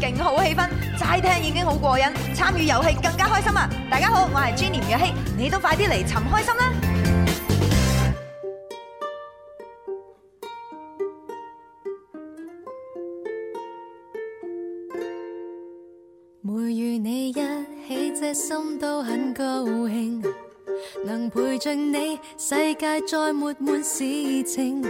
氣氛，齋聽已經好過癮，參與遊戲更加開心啊！大家好，我係 Jenny 吳若希，你都快啲嚟尋開心啦！每與你一起，這心都很高興，能陪着你，世界再沒悶事情，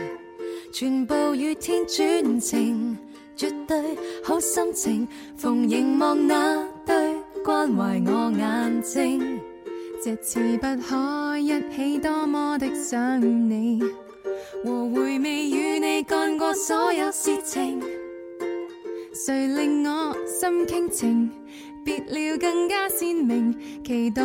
全部與天轉晴，絕對好心情。逢凝望那對關懷我眼睛，這次不可一起，多麼的想你，和回味與你幹過所有事情。誰令我心傾情，別了更加鮮明。期待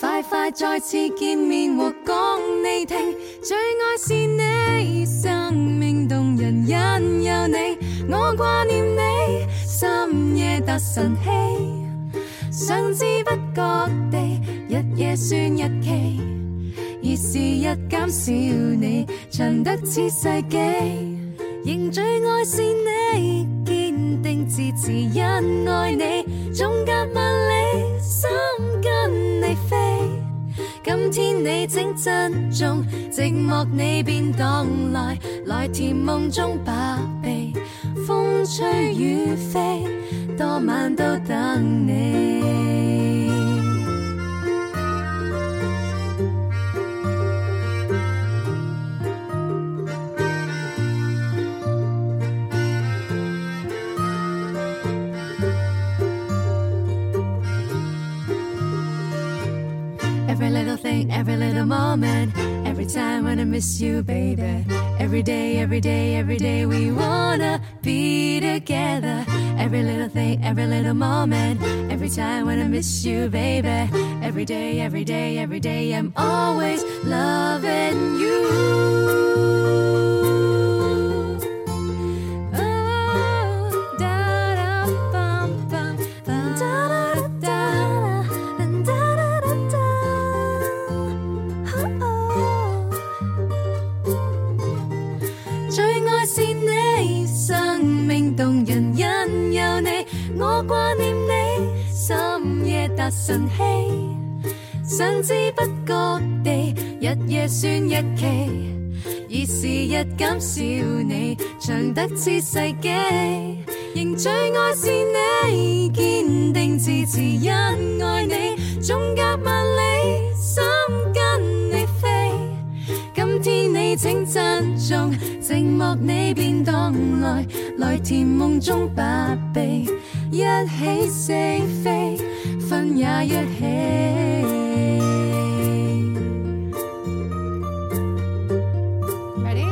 快快再次見面和講你聽，最愛是你，生命動人因有你，我掛念你，深夜突晨曦，想知不覺地，日夜算日期，而時日減少你，長得似世紀，仍最愛是你。堅定自持，因愛你，縱隔萬里，心跟你飛。今天你請珍重，寂寞你便蕩來，來甜夢中把臂。風吹雨飛，多晚都等你。Every little thing, every little moment, every time when I miss you, baby. Every day, every day, every day we wanna be together. Every little thing, every little moment, every time when I miss you, baby. Every day, every day, every day I'm always loving you. Oh, da-da-bum-bum, da-da-da-da, da-da-da-da. 最愛是你，生命動人因有你，我掛念你，深夜達晨曦，想知不覺地，日夜算日期，而時日減少你，長得似世紀，仍最愛是你，堅定自持因愛你，縱隔萬里，心跟你飛。今天你請珍重，寂寞你便蕩來，來甜夢中把臂，一起四飛，瞓也一起。Ready?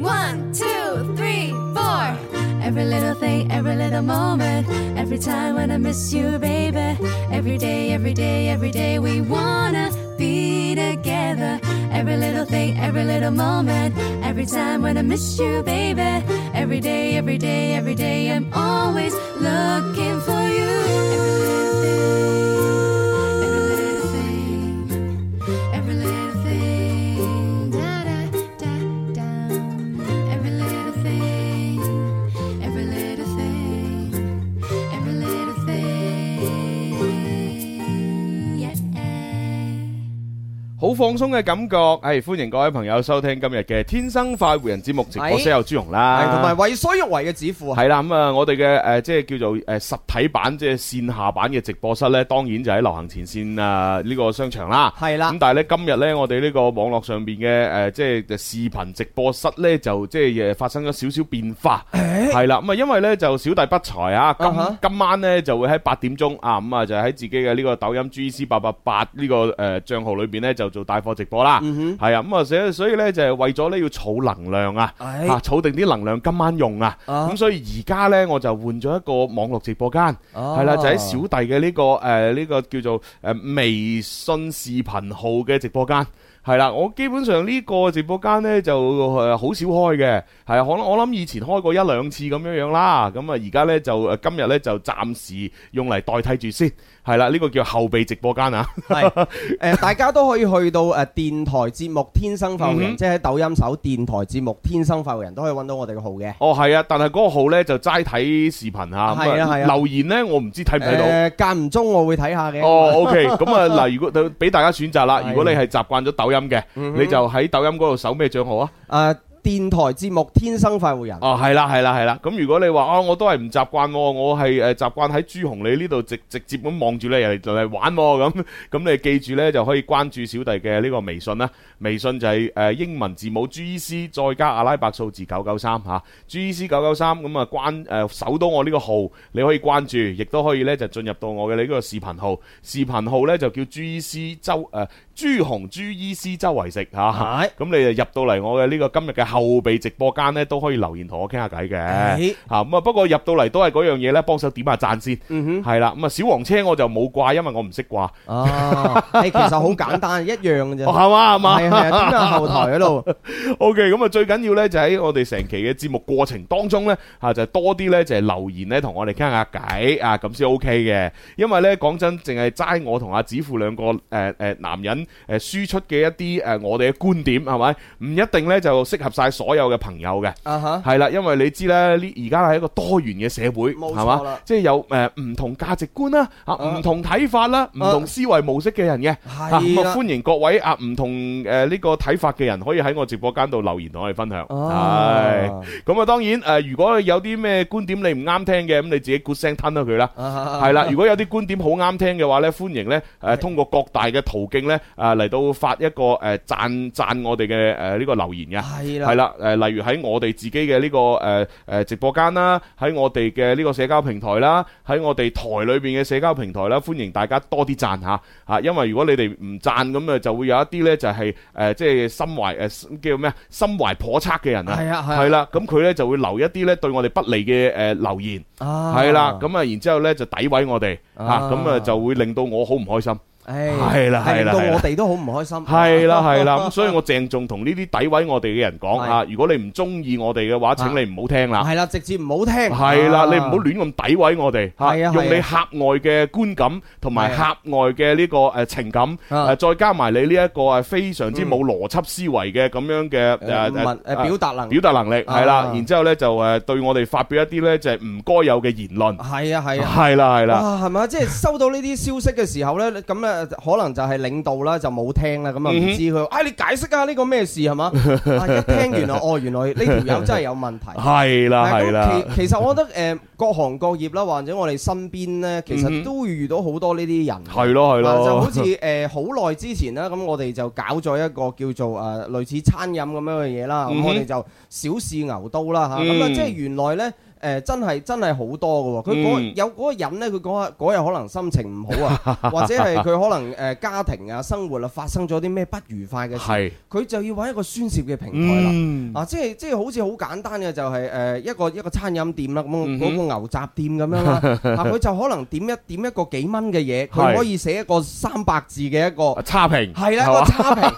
One, two, three, four. Every little thing, every little moment, every time when I miss you, baby. Every day, every day, every day we wanna be together. Every little thing, every little moment, every time when I miss you, baby. Every day, every day, every day I'm always looking for you. Every little thing, every little thing. Every little thing, da da da da. Every little thing, every little thing, every little thing, yeah. 好放鬆嘅感覺，係歡迎各位朋友收聽今日嘅《天生快活人》節目直播室有朱容啦，哎係同埋為所欲為嘅指父啊，啊係啦，咁啊，我哋嘅誒即係叫做誒實體版，即係線下版嘅直播室咧，當然就喺流行前線啊呢個商場啦。係啦咁但係咧今日咧，我哋呢個網絡上邊嘅誒呃即係視頻直播室咧，就即係呃誒發生咗少少變化。係啦，咁啊，因為咧就小弟不才啊，啊哈今今晚咧就會喺八點鐘啊，咁啊就喺自己嘅呢個抖音 G C 八八八呢個誒帳號裏邊咧就做帶貨直播啦。嗯係啊，咁啊，所以所以咧就係為咗咧要儲能量啊，唉啊儲定啲能量今晚用啊。啊咁所以而家呢，我就換咗一個網絡直播間，哦係啦，就喺小弟嘅呢個誒呢個叫做誒微信視頻號嘅直播間。系啦，我基本上呢個直播間呢，就誒好少開嘅，係啊，可能我諗以前開過一兩次咁樣樣啦，咁啊而家呢，就誒今日呢，就暫時用嚟代替住先，係啦，呢、個叫後備直播間啊， 係誒，大家都可以去到誒電台節目《天生發育人嗯》，哼即係喺抖音搜電台節目《天生發育人》都可以揾到我哋嘅號嘅。哦係啊，但係嗰個號呢，就齋睇視頻係嚇，啊咁係啊留言呢，我唔知睇唔睇到。誒間唔中我會睇下嘅。哦，OK，咁 啊嗱，如果俾大家選擇啦，係如果你係嗯習慣咗抖音嘅，你就喺抖音嗰度搜咩帳號啊？誒電台節目《天生發育人》。哦，係啦，係啦，係啦。咁如果你話啊，我都係唔習慣喎，我係誒習慣喺朱紅你呢度直直接咁望住你嚟嚟玩喎，咁咁你記住呢，就可以關注小弟嘅呢個微信啦。微信就係誒英文字母 G E C 再加阿拉伯數字九九三嚇，G E C 九九三咁啊關誒搜到我呢個號，你可以關注，亦都可以呢就進入到我嘅呢個視頻號。視頻號呢就叫 G E C 周誒朱紅 G E C 周圍食嚇。係咁你就入到嚟我嘅呢個今日嘅後備直播間呢，都可以留言同我傾下偈嘅係。嚇咁啊，不過入到嚟都係嗰樣嘢呢，幫手點下讚先。嗯係啦，咁啊小黃車我就冇掛，因為我唔識掛。哦， 係其實好簡單，一樣嘅啫。哦，係嘛係嘛。係啊係啊，點解後台嗰度 O K，咁啊最緊要呢，就喺我哋成期嘅節目過程當中呢，嚇就多啲呢，就係留言呢，同我哋傾下偈啊，咁先 O K 嘅。因為呢，講真，淨係齋我同阿子富兩個誒誒男人誒輸出嘅一啲誒我哋嘅觀點係咪？唔一定呢，就適合晒所有嘅朋友嘅。啊哈？係啦，因為你知咧，呢而家係一個多元嘅社會，冇錯係嘛啦，即係有誒唔同價值觀啦，啊啊唔同睇法啦，唔同思維模式嘅人嘅，係啊咁啊啦歡迎各位啊唔同誒呢個睇法嘅人可以喺我直播間度留言同我哋分享，啊係啊咁啊當然誒，如果有啲咩觀點你唔啱聽嘅，咁你自己 good 聲吞咗佢啦。啊係啦，如果有啲觀點好啱聽嘅話呢，歡迎呢誒通過各大嘅途徑呢誒嚟到發一個誒讚讚我哋嘅誒呢個留言嘅。係啦係。啦，誒，例如喺我哋自己嘅呢個誒誒直播間啦，喺我哋嘅呢個社交平台啦，喺我哋台裏邊嘅社交平台啦，歡迎大家多啲讚下嚇，因為如果你哋唔讚咁啊，就會有一啲呢就係誒即係心懷誒叫咩啊心懷叵測嘅人啊，係啊係啊係啦，咁佢呢就會留一啲呢對我哋不利嘅誒留言，啊係啦，咁啊然之後呢就詆毀我哋嚇，啊咁啊就會令到我好唔開心。唉係啦係令啦係到啦我哋都好唔開心。係 啦係啦，咁所以我鄭重同呢啲詆毀我哋嘅人講係啊，如果你唔中意我哋嘅話，請你唔好聽啦。係啦，直接唔好聽。係啦，啊你唔好亂咁詆毀我哋嚇，係啊係啊用你狹隘嘅觀感同埋係狹隘嘅呢個誒情感，啊誒再加埋你呢一個誒非常之冇邏輯思維嘅咁樣嘅誒誒文誒表達能表達能力係啦啊，然之後咧就誒對我哋發表一啲咧就係唔該有嘅言論，係啊係啊。係啦係啦，哇，係咪？即係收到呢啲消息嘅時候呢，咁咧可能就係領導啦，就冇聽啦，咁啊唔嗯哼知佢，唉，你解釋下呢個咩事係 嘛？啊一聽原來，哦，原來呢條友真係有問題。 係啦係啦咁，其其實我覺得誒各行各業啦，或者我哋身邊呢，其嗯哼實都會遇到好多呢啲人。係咯係啊就咯好似，誒好耐之前啦，咁我哋就搞咗一個叫做誒、呃、類似餐飲咁樣嘅嘢啦，咁、嗯哼我哋就小試牛刀啦嚇，咁啊、嗯即係原來呢，誒、呃真係真係好多嘅喎，佢嗰、嗯有嗰個人呢，佢嗰日嗰日可能心情唔好 啊，或者係佢可能誒、呃家庭啊、生活啊發生咗啲咩不愉快嘅事，係佢就要揾一個宣泄嘅平台啦。嗯啊，即係即係好似好簡單嘅就係、呃一個一個餐飲店啦，咁嗯嗰哼個牛雜店咁 樣啦，啊佢就可能點一點一個幾蚊嘅嘢，係佢可以寫一個三百字嘅一個。差評係啦，係嘛個 差評。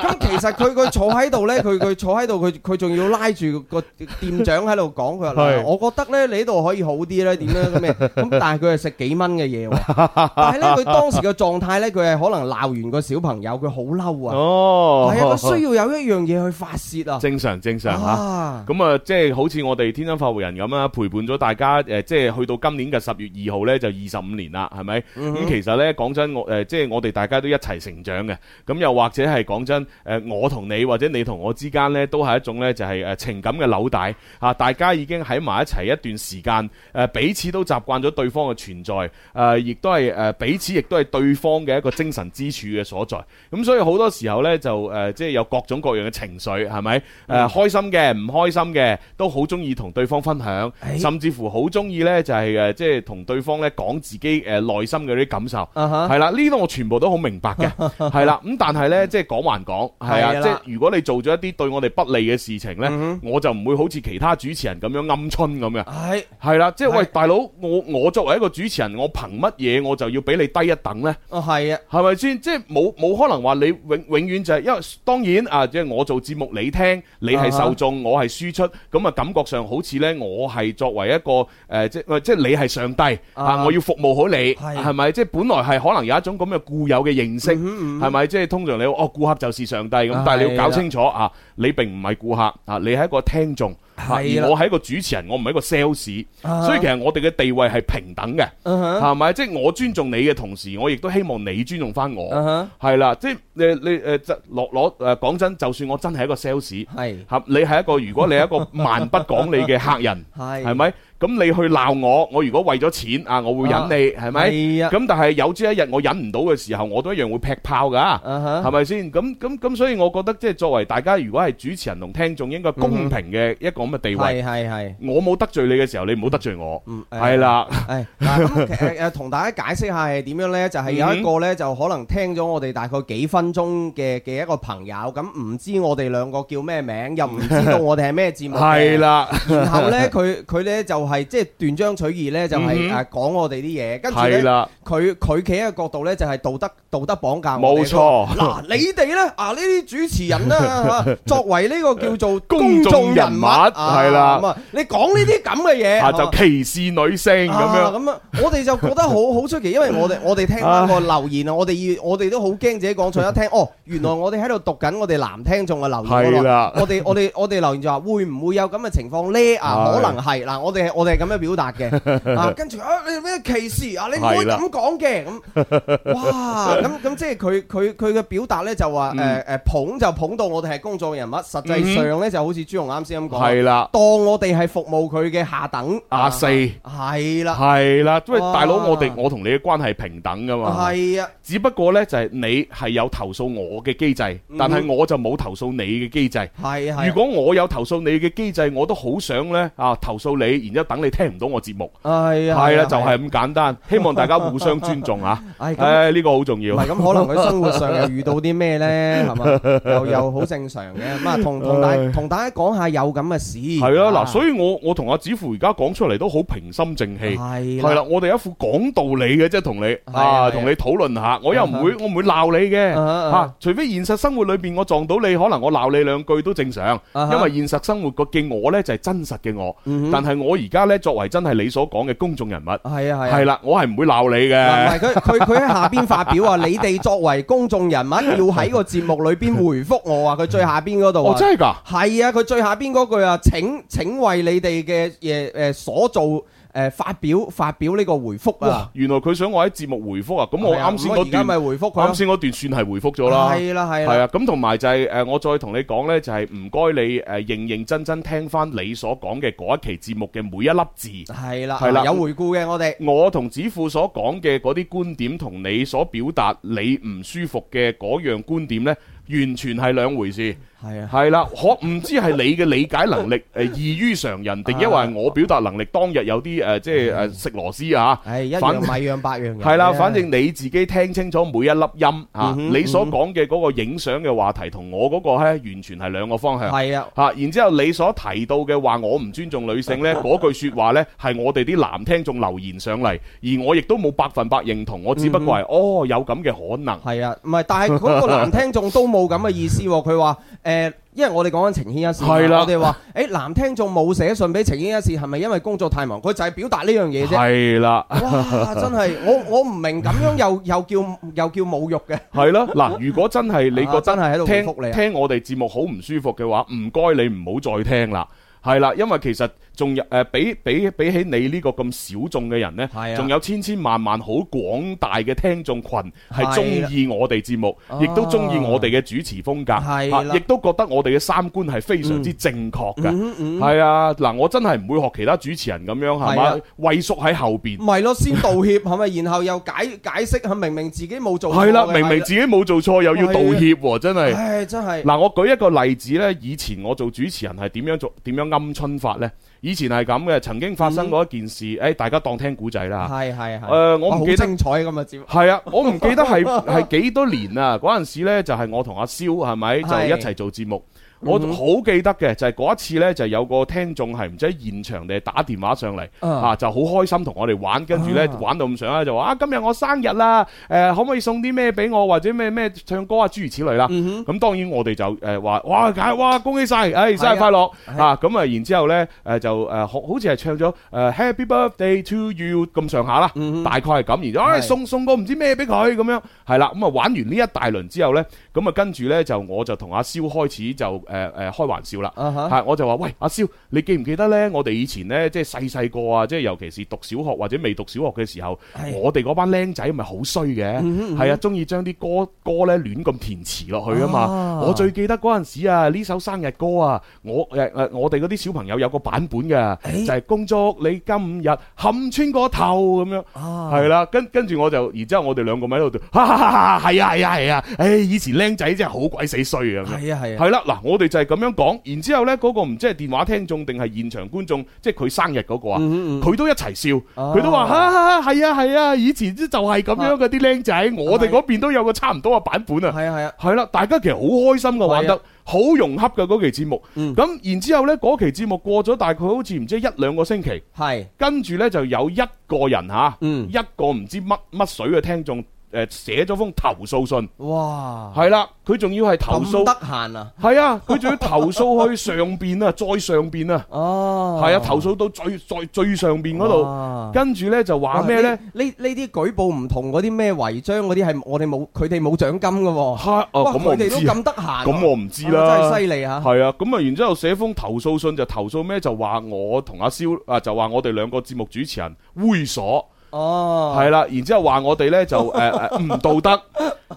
咁其實佢佢坐喺度呢，佢佢坐喺度，佢佢仲要拉住個店長喺度講，佢話係嗱，我覺得呢，你呢度可以好啲呢，點樣 咁嘅。咁但係佢係食幾蚊嘅嘢喎。但係呢，佢當時嘅狀態呢，佢係可能鬧完個小朋友，佢好嬲啊。哦，係啊，佢需要有一樣嘢去發泄啊。 正常正 À. 常吓。啊，咁啊，即係好似我哋天生發育人咁啦，啊陪伴咗大家誒、即係去到今年嘅十月二號呢，就二十五年啦，係咪？咁、嗯其實呢，講真，我誒、即係我哋大家都一齊成長嘅。咁又或者係講真，誒、我同你或者你同我之間呢，都係一種呢，就係、誒、情感嘅紐帶啊！大家已經喺埋一齊一段時間，誒、呃彼此都習慣咗對方嘅存在，誒、呃亦都係誒、彼此亦都係對方嘅一個精神支柱嘅所在。咁所以好多時候呢，就誒、呃即係有各種各樣嘅情緒，係咪？誒、呃開心嘅、唔開心嘅，都好中意同對方分享，哎甚至乎好中意呢，就係、誒，即係同對方呢講自己誒、呃內心嘅啲感受。啊哈。係啦，呢度我全部都好明白嘅，係啦。咁但係呢，即係講還講，係係啊，啦即係如果你做咗一啲對我哋不利嘅事情呢，我就唔會好似其他主持人咁樣暗春咁嘅。係係啦，即係喂係大佬，我我作為一個主持人，我憑乜嘢我就要俾你低一等呢？哦係啊，係咪先？即係冇冇可能話你永永遠就係、因為當然啊，即係我做節目你聽，你啊係受眾，我係輸出，咁啊感覺上好似呢，我係作為一個誒、呃即呃即係你係上帝啊，啊我要服務好你，係係咪？即係本來係可能有一種咁嘅固有嘅認識，嗯係咪？即係通常你話哦顧客就是上帝咁，但係你要搞清楚啊，你並唔係顧客啊，你係一個聽眾。啊而係啦我係一個主持人，我唔係一個 sales，啊所以其實我哋嘅地位係平等嘅，嗯哼係咪？即係我尊重你嘅同時，我亦都希望你尊重翻我。嗯哼係啦，即係你你誒，就攞攞誒，講真，就算我真係一個 sales，係嚇你係一個， 如果你係一個萬不講理嘅客人，係係咪？咁你去鬧我，我如果為咗錢啊，我會忍你，係咪？係啊咁但係有朝一日我忍唔到嘅時候，我都一樣會劈炮㗎。啊哈係咪先？咁咁咁，所以我覺得即係作為大家，如果係主持人同聽眾，應該公平嘅一個咁嘅地位。係係係。我冇得罪你嘅時候，你唔好得罪我。嗯誒係啦，係嗱，咁其實誒同大家解釋下係點樣呢？就係有一個呢，就可能聽咗我哋大概幾分鐘嘅嘅一個朋友，咁唔知我哋兩個叫咩名，又唔知道我哋係咩節目。係。啦，然後呢，佢佢咧就係即係斷章取義呢，就係嗯哼誒講我哋啲嘢，跟住係呢，啦，佢佢企喺個角度呢，就係道德道德綁架我哋。冇錯。嗱，你哋咧啊，呢啲主持人 咧，啊作為呢個叫做公眾人物啊係啦咁啊，你講呢啲咁嘅嘢 係啊就嘛歧視女性咁哎啊樣。咁啊，我哋就覺得好 好出奇，因為我哋我哋聽翻個留言啊，我哋要我哋都好驚自己講錯，一聽哦，原來我哋喺度讀緊我哋男聽眾嘅留言係嗰度啊啦我 哋我哋我哋留言就話會唔會有咁嘅情況呢？啊，係可能係嗱，我哋我哋係咁樣表達 嘅啊，跟住啊你咩歧視啊，你唔可係以啦咁講嘅咁，哇 咁咁即係佢佢佢嘅表達呢就話嗯誒誒捧就捧到我哋係公眾人物，實際上呢就好似朱紅啱先咁係啊講，啦，當我哋係服務佢嘅下等阿四係啦。係啦，因為啊哇大佬我哋我同你嘅關係平等噶嘛。係啊，只不過呢，就係你係有投訴我嘅機制，但係我就冇投訴你嘅機制。嗯係啊係。如果我有投訴你嘅機制，我都好想呢啊投訴你，然之後等你聽唔到我節目。係啊，係啦，啊就係咁簡單。希望大家互相尊 重啊！唉咁。哎唉，呢個好重唔要係。咁，可能佢生活上又遇到啲 咩咧，係嘛？又又好正常嘅。咁啊，同同大同大家講下有咁嘅事。係啦，嗱，所以以我我同阿子富而家講出嚟都好平心靜氣。係係啦，，我哋一副講道理嘅啫，同你係啊，啊同你討論下，我又唔會，我唔會鬧你嘅啊啊嚇，除非現實生活裏邊我撞到你，可能我鬧你兩句都正常，啊哈因為現實生活個嘅我呢就係真實嘅我，嗯哼但係我而家呢，作為真係你所講嘅公眾人物，係啊係啊係。啦，我係唔會鬧你嗱唔嘅係。佢佢佢喺下邊發表 啊，你哋作為公眾人物要喺個節目裏邊回覆我啊，佢最下邊嗰度哦，啊。真係㗎，係啊，佢最下邊嗰句啊，請請為你哋嘅嘢誒所做誒發表發表呢個回覆啊。原來佢想我喺節目回覆啊，咁我係啊啱先咁我而家嗰咪段，回覆佢咯啱。先嗰段算係回覆咗啦。係啦係係啦，啊，咁同埋就係、誒、我再同你講呢，就係唔該你誒、呃認認真真聽翻你所講嘅嗰一期節目嘅每一粒字。係啦，係啦有回顧嘅我哋。我同子富所講嘅嗰啲觀點，同你所表達你唔舒服嘅嗰樣觀點呢，完全係兩回事。係啊，係啦，可唔知係你嘅理解能力誒異於常人，定因為我表達能力當日有啲誒、呃即係誒、食螺絲啊？係一樣反米養百樣人。係啦，反正你自己聽清楚每一粒音啊，嗯哼你所講嘅嗰個影相嘅話題，同我嗰個呢，完全係兩個方向。係啊，吓，然之後你所提到嘅話，我唔尊重女 性呢嗰句説話呢，係我哋啲男聽眾留言上嚟，而我亦都冇百分百認同，我只不嗯過係、哦有咁嘅可能，係啊，唔係，但係 嗰個男聽眾都冇咁嘅意思喎。佢話誒，因為我哋講緊情牽一線嘛，係啦我哋話誒男聽眾冇寫信俾情牽一線，係咪因為工作太忙？佢就係表達呢樣嘢啫。係啦，哇！真係，我我唔明咁樣又又叫又叫侮辱嘅。係啦，嗱，如果真係你覺啊真係喺得度聽回覆你啊聽我哋節目好唔舒服嘅話，唔該你唔好再聽啦。係啦，因為其實仲有誒、比比比起你呢個咁小眾嘅人呢係，啊仲有千千萬萬好廣大嘅聽眾群係係哦中意我哋節目，亦都中意我哋嘅主持風格，係啊啦亦都覺得我哋嘅三觀係非常之正確嘅。嗯嗯，係啊，嗱，我真係唔會學其他主持人咁樣係係嘛啊，嗯畏縮喺後邊。咪咯，先道歉係咪？然後又解解釋，係明明自己冇做錯嘅。係啦，明係明自己冇做錯，又要道歉喎，真係。唉，真係。嗱，我舉一個例子呢，以前我做主持人係點樣做點樣鵪鶉法呢？以前係咁嘅，曾經發生過一件事，誒、大家當聽古仔啦。係係係。誒我唔哇嗯啊好記得精彩咁嘅節目。係啊，我唔記得係係幾多年啊，嗰陣時呢，就係我同阿蕭係咪就係嗯一齊做節目。我好記得嘅就係嗰一次呢，就有個聽眾係唔知喺現場定係打電話上嚟啊，就好開心同我哋玩，跟住呢啊玩到咁上下就話啊，今日我生日啦，誒可唔可以送啲咩俾我，或者咩咩唱歌啊諸如此類啦。嗯咁當然我哋就誒話哇，梗係哇恭喜晒，誒生日快樂係啊啊！咁啊，然之後呢，誒就誒好好似係唱咗誒 Happy Birthday to you 咁上下啦，大概係咁，然之後嗯唉係送送個唔知咩俾佢咁樣，係啦，咁啊玩完呢一大輪之後呢，咁啊跟住呢，就我就同阿蕭開始就誒誒開玩笑啦。啊哈係，我就話喂，阿蕭，你記唔記得呢？我哋以前呢，即係細細個啊，即係尤其是讀小學或者未讀小學嘅時候，係嗯我哋嗰班僆仔咪好衰嘅，係啊，中意將啲歌歌呢亂咁填詞落去啊嘛啊。我最記得嗰陣時啊，呢首生日歌啊，我誒誒，我哋嗰啲小朋友有個版本嘅，誒就係恭祝你今日冚穿個頭咁樣。啊係啦，跟跟住我就，然之後我哋兩個咪喺度，哈哈哈哈，係啊係啊係啊，唉，以前僆仔真係好鬼死衰啊咁樣。係啊係啊，係啦，嗱，我哋就係咁樣講，然之後咧，嗰個唔知係電話聽眾定係現場觀眾，即係佢生日嗰個啊，嗯嗯嗯佢都一齊笑，哦佢都話啊，係啊係啊，以前就係咁樣嘅啲僆仔，我哋嗰邊都有個差唔多嘅版本啊。係啊係啊，係啦，大家其實好開心嘅玩係得啊，好融洽嘅嗰期節目。嗯咁然之後呢，嗰期節目過咗大概好似唔知一兩個星期，係跟住呢就有一個人吓，嗯一個唔知乜乜水嘅聽眾誒寫咗封投訴信，哇，係啦，佢仲要係投訴咁啊得。閒啊，系啊，佢仲要投訴去上邊啊，再上邊啊，哦，係啊，投訴到最最最上邊嗰度，哇跟住呢就話咩呢？？呢呢啲舉報唔同嗰啲咩違章嗰啲係我哋冇，佢哋冇獎金嘅喎。嚇哦，哇佢咁我唔哋都知啊，咁得閒，咁我唔知啊真啦，係犀利嚇。係啊，咁啊，然之後寫封投訴信就投訴咩？就話我同阿蕭啊，就話我哋兩個節目主持人猥瑣，哦，係啦，然之後話我哋呢就誒誒唔道德，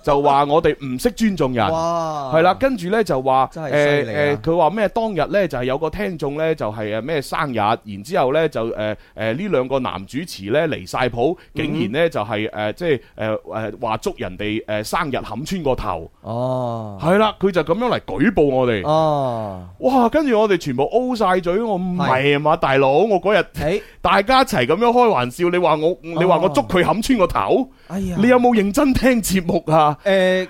就話我哋唔識尊重人。哇，係啦，，跟住咧就話啊真誒係犀利啊誒，佢話咩？當日咧就係有個聽眾咧就係誒咩生日，然之後咧就誒誒呢兩個男主持咧離晒譜，嗯竟然咧就係誒即係誒誒話祝人哋誒生日冚穿個頭，哦，係啦，佢就咁樣嚟舉報我哋。哦，哇！跟住我哋全部 O 晒嘴，我唔係啊嘛，大佬，我嗰日 誒，大家一齊咁樣開玩笑，你話我你話我捉佢冚穿個頭，啊哎呀，你有冇認真聽節目啊？誒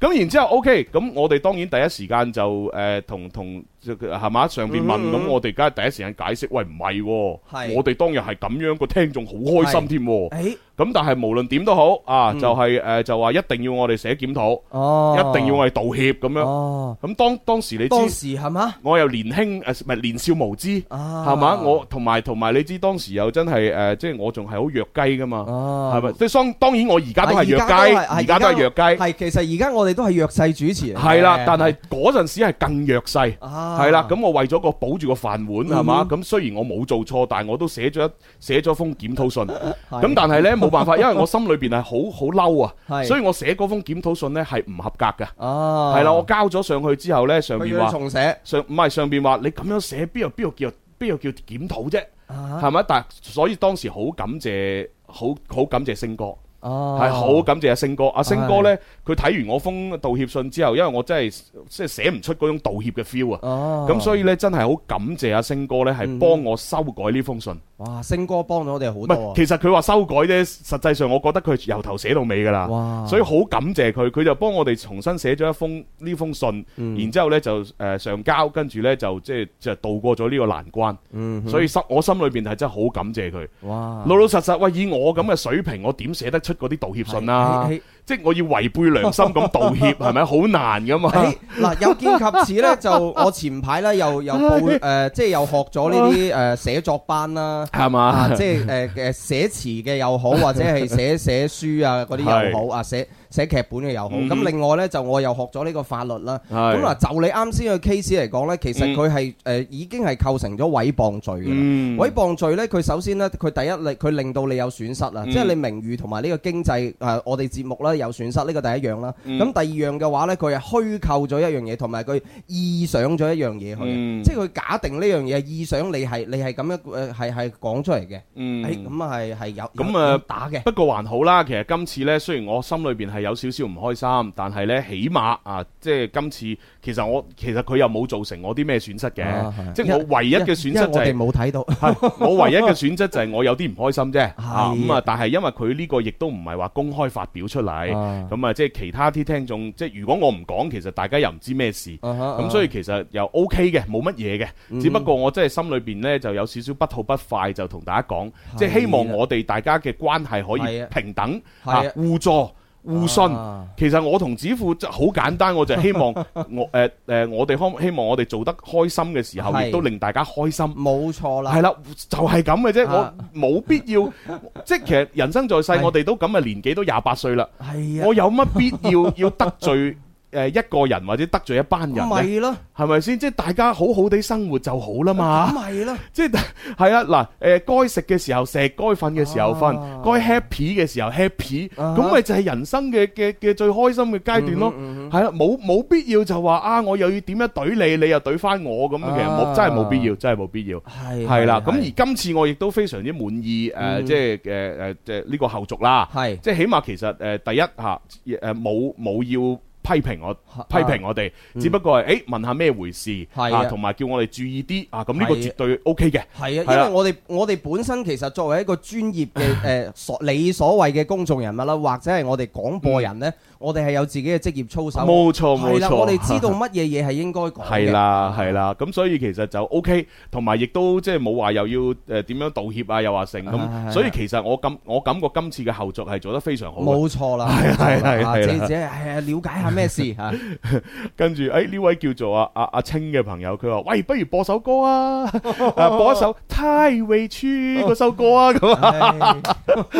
咁然之後，OK，咁我哋當然第一時間就誒、呃同同係嘛上邊問，咁、嗯嗯我哋梗係第一時間解釋，喂唔係喎，係我哋當日係咁樣，個聽眾好開心添喎。誒，咁但係無論點都好啊，嗯就係、呃就話一定要我哋寫檢討，哦，一定要我哋道歉咁樣。哦，咁當當時你知當時係嘛？我又年輕誒，唔係年少無知。啊，係嘛？我同埋同埋，你知當時又真係誒、呃即係我仲係好弱雞噶嘛，哦係咪、即係當當然我而家都係弱雞，而家都係弱雞。係其實而家我哋都係弱勢主持嚟嘅。係啦，但係嗰陣時係更弱勢。啊，係啦，咁我為咗個保住個飯碗係嘛，嗯咁雖然我冇做錯，但係我都寫咗一寫咗封檢討信。 係咁但係呢，冇 辦法，因為我心裏邊係好好嬲啊，係所以我寫嗰封檢討信呢係唔合格嘅。哦，係啦，我交咗上去之後呢，上佢邊要話重寫上唔係上邊話你咁樣寫邊度邊度叫邊度叫檢討啫，啊，係咪？但係所以當時好感謝好好感謝星哥。哦，係好感謝阿星哥，阿星哥呢，佢睇完我封道歉信之後，因為我真係即係寫唔出嗰種道歉嘅 feel 啊，哦，咁所以呢，真係好感謝阿星哥呢，係嗯幫我修改呢封信。哇，星哥幫咗我哋唔好多係，啊。其實佢話修改啫，實際上我覺得佢由頭寫到尾㗎啦。哇！所以好感謝佢，佢就幫我哋重新寫咗一封呢封信，嗯然之後呢就誒上交，跟住呢就即係就渡過咗呢個難關。嗯，啊所以心我心裏邊係真係好感謝佢。哇，老老實實，喂，以我咁嘅水平，我點寫得出嗰啲道歉信啊？係係即係我要違背良心咁道歉，係咪好難噶嘛？ 誒嗱，有見及此咧，就我前排咧又又 報誒，即係又學咗呢啲誒寫作班啦。係啊 嘛，？即係誒誒寫詞嘅又好，或者 係寫寫書啊嗰啲又好啊，寫寫劇本嘅又好。嗯咁另外呢，就我又學咗呢個法律啦。係咁嗱，就你啱先嘅 case 嚟講呢，其實佢係誒已經係構成咗毀謗罪嘅啦。嗯毀謗罪呢，佢首先呢，佢第一令佢令到你有損失啊，嗯即係你名譽同埋呢個經濟誒，我哋節目啦有損失，呢個第一樣啦。嗯咁第二樣嘅話呢，佢係虛構咗一樣嘢，同埋佢臆想咗一樣嘢去嗯啊，即係佢假定呢樣嘢臆想你係你係咁樣誒係係講出嚟嘅。嗯誒咁啊係係有咁有啊有打嘅，不過還好啦，其實今次呢，雖然我心裏邊係有少少唔開心，但係呢，起碼啊，即係今次其實我其實佢又冇造成我啲咩損失嘅，啊係即係我唯一嘅損失因就為我 係、哋冇睇到。係我唯一嘅損失就係我有啲唔開心啫，啊咁係啊，但係因為佢呢個亦都唔係話公開發表出嚟，啊咁啊即係其他啲聽眾，即係如果我唔講，其實大家又唔知咩事。啊嗯哈咁所以其實又 OK 嘅，冇乜嘢嘅，只不過我真係心裏邊呢就有少少不吐不快，就同大家講，即係希望我哋大家嘅關係可以啊係啊平等、係啊啊互助、互信。啊其實我同子富真係好簡單，我就 希望我誒誒，我哋可希望我哋做得開心嘅時候，係亦都令大家開心。冇錯啦，係啦，就係咁嘅啫，我啊冇必要， 即係其實人生在世，係我哋都咁嘅年紀都廿八歲啦，係啊我有乜必要要得罪誒一個人或者得罪一班人呢？咪咯，係咪先？即係大家好好地生活就好啦嘛。咪咯，即係係啊，嗱，誒該食嘅時候食，該瞓嘅時候啊瞓，該 happy 嘅時候 happy，啊咁咪就係人生嘅嘅嘅最開心嘅階段咯。嗯係啦，冇冇必要就話啊，我又要點樣懟你，你又懟翻我咁，其實冇啊真係冇必要，真係冇必要。係係啦，咁而今次我亦都非常之滿意誒，嗯即係誒誒，即係呢個後續啦。係即係起碼其實誒第一嚇誒冇冇要批評我批評我哋，只不過係誒問下咩回事嗯係啊啊，同埋叫我哋注意啲啊，咁呢個係啊絕對 OK 嘅。係係啊，因啦為我哋我哋本身其實作為一個專業 嘅誒所你所謂嘅公眾人物啦，或者係我哋廣播人呢，我哋係有自己嘅職業操守。冇錯冇係啦，錯，我哋知 道乜嘢嘢係應該講嘅。係啦係啦，咁所以其實就 OK，同埋亦都即係冇話又要誒點樣道歉啊，又話成啊咁，所以其實我感我感覺今次嘅後續係做得非常好嘅。冇錯啦，係係係啊係啦姐姐係啊，了解下咩 事啊嚇，跟住誒呢位叫做啊啊阿青嘅朋友，佢話：喂，不如播首歌啊， 啊播一首《太委屈》嗰首歌啊，咁啊唉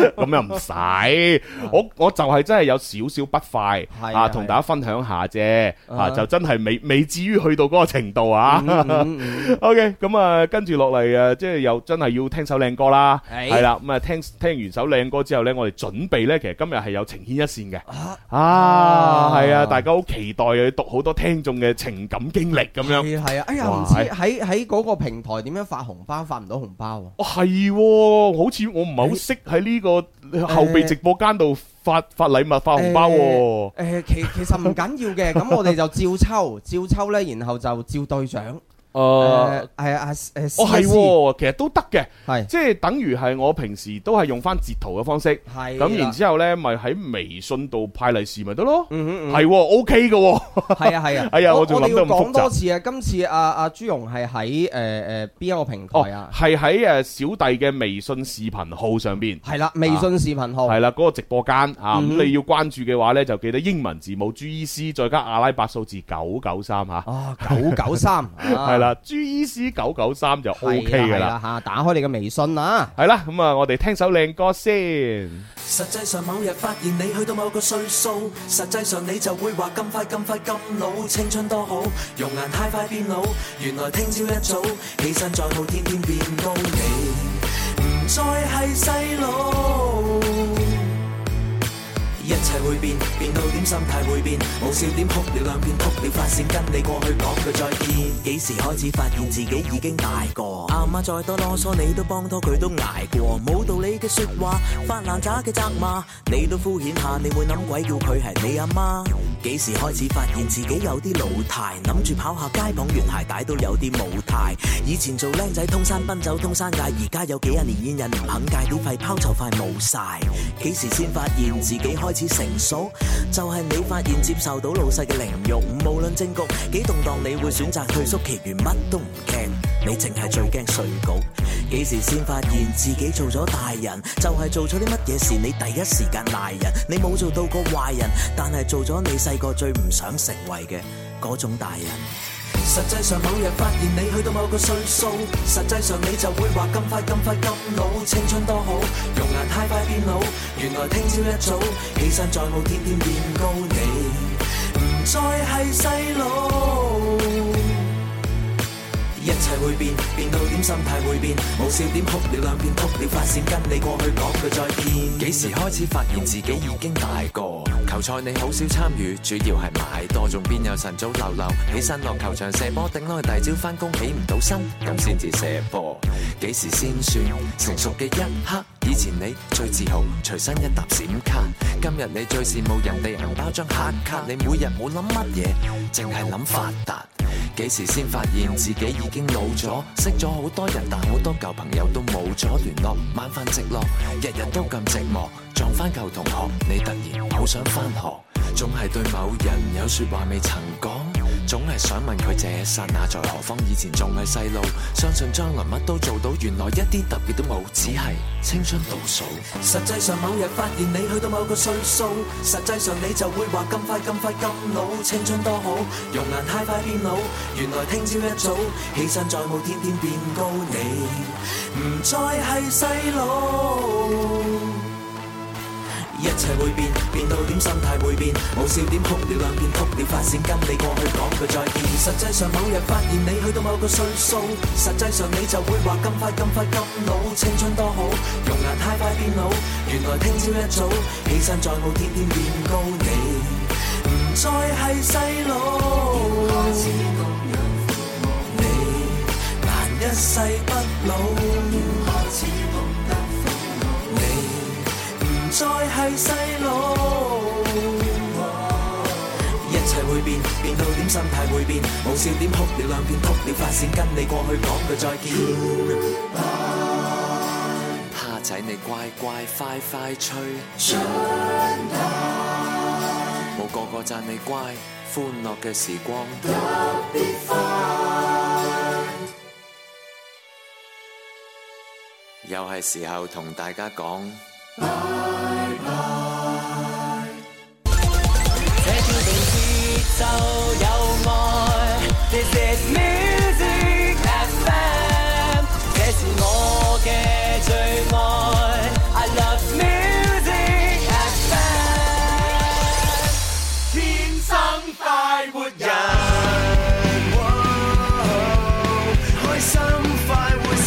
咁又唔使，我我就係真係有少少不快係啊，啊同大家分享下啫，啊啊就真係未未至於去到嗰個程度啊。嗯嗯 OK，咁啊跟住落嚟啊，即係又真係要聽首靚歌啦，係係啦，咁啊聽聽完首靚歌之後呢，我哋準備呢，其實今日係有情牽一線嘅，啊係啊，大家好期待啊，讀好多聽眾嘅情感經歷咁樣。係啊係啊，哎呀唔哇知喺喺嗰個平台點樣發紅包，發唔到紅包喎。哦，係喎，好似我唔係好識喺呢個後備直播間度發發禮物、發紅包喎。誒誒其其實唔緊要嘅，咁我哋就照抽， 照抽咧，然後就照對獎。誒誒，係啊誒誒，哦呃係試一試喎，其實都得嘅，係即係等於係我平時都係用翻截圖嘅方式，係啊咁然啦之後呢，咪喺微信度派利是咪得咯，嗯嗯嗯係喎 OK 嘅喎，係啊係啊，哎呀我仲哋諗得要咁複雜講多次啊！今次阿阿朱容係喺誒誒邊一個平台哦啊？係喺誒小弟嘅微信視頻號上邊。係啦，微信視頻號係啦，嗰個直播間啊，哦嗯咁你要關注嘅話呢，就記得英文字母 G E C 再加阿拉伯數字九九三嚇，啊九九三 係係啦，G E C 九九三就 O K 嘅啦。嚇，打開你嘅微信啊！係啦，咁啊，我哋聽首靚歌先。實際上某日發現你去到某個歲數，實際上你就會話咁快咁快咁老，青春多好，容顏太快變老。原來聽朝一早起身再好，天天變高，你唔再係細路。一切會變，變到點心態會變，冇笑點哭了兩遍，哭了發線跟你過去講句再見。幾時開始發現自己已經大個？阿媽再多囉嗦，你都幫拖佢都捱過。冇道理嘅説話，發爛渣嘅責罵，你都敷衍下，你會諗鬼叫佢係你阿媽。幾時開始發現自己有啲老態？諗住跑下街綁完鞋帶都有啲冇態。以前做僆仔通山奔走通山界，而家有幾廿年煙癮唔肯戒，啲肺泡就快冇晒。幾時先發現自己開始成熟？就係、你發現接受到老細嘅凌辱，無論政局幾動盪，你會選擇退縮，其餘乜都唔驚。你淨係最驚碎局。幾時先發現自己做咗大人？就係、做咗啲乜嘢事，你第一時間賴人。你冇做到個壞人，但係做咗你細個最唔想成為嘅嗰種大人。實際上某日發現你去到某個歲數，實際上你就會話咁快咁快咁老，青春多好，容顏太快變老。原來聽朝一早起身再冇天天變高，你唔再係細路。一切會變，變到點心態會變，冇笑點哭了兩遍，哭了發線跟你過去講句再見。幾時時開始發現自己已經大個？球賽你好少參與，主要係買多，仲邊有晨早流流起身落球場射波，頂耐第朝翻工起唔到身，咁先至射波。幾時先算成熟嘅一刻？以前你最自豪，隨身一沓閃卡。今日你最羨慕人哋銀包張黑卡，你每日冇諗乜嘢，淨係諗發達。幾時先發現自己已經老咗？識咗好多人，但好多舊朋友都冇咗聯絡。晚飯直落，日日都咁寂寞。撞翻舊同學，你突然好想翻學，總係對某人有説話未曾講。總係想問佢這剎那在何方？以前仲係細路，相信將來乜都做到，原來一啲特別都冇，只係青春倒數。實際上某日發現你去到某個歲數，實際上你就會話咁快咁快咁老，青春多好，容顏太快變老。原來聽朝一早起身再冇天天變高，你唔再係細路。一切會變，變到點心態會變，無笑點哭了兩遍，哭了髮線跟你過去講句再見。實際上某日發現你去到某個歲數，實際上你就會話咁快咁快咁老，青春多好，容顏太快變老。原來聽朝一早起身再冇天天變高，你唔再係細路。你難一世不老。你唔再係細路。一切會變，變到點心態會變，無笑點哭了兩遍，哭了髮線跟你過去講句再見。蝦仔你乖乖快快吹，長大，冇個個讚你乖，歡樂嘅時光特別快。又係時候同大家講。這跳動節奏有愛，This is music FM，這是我嘅最愛，I love music FM。天生快活人，開心快活是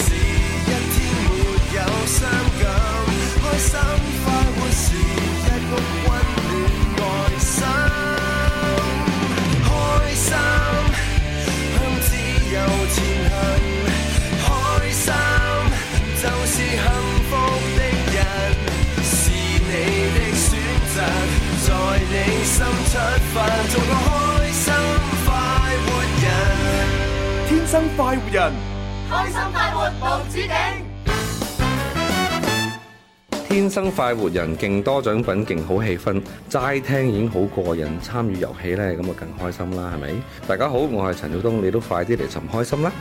一天沒有傷感，開心快活是一個溫暖內心，開心向自由前行，開心就是幸福的人，是你的選擇，在你心出發，做個開心快活人，天生快活人，開心快活無止境。天生快活人，勁多獎品，勁好氣氛，齋聽已經好過癮，參與遊戲呢，咁啊更開心啦，係咪？大家好，我係陳曉東，你都快啲嚟尋開心啦！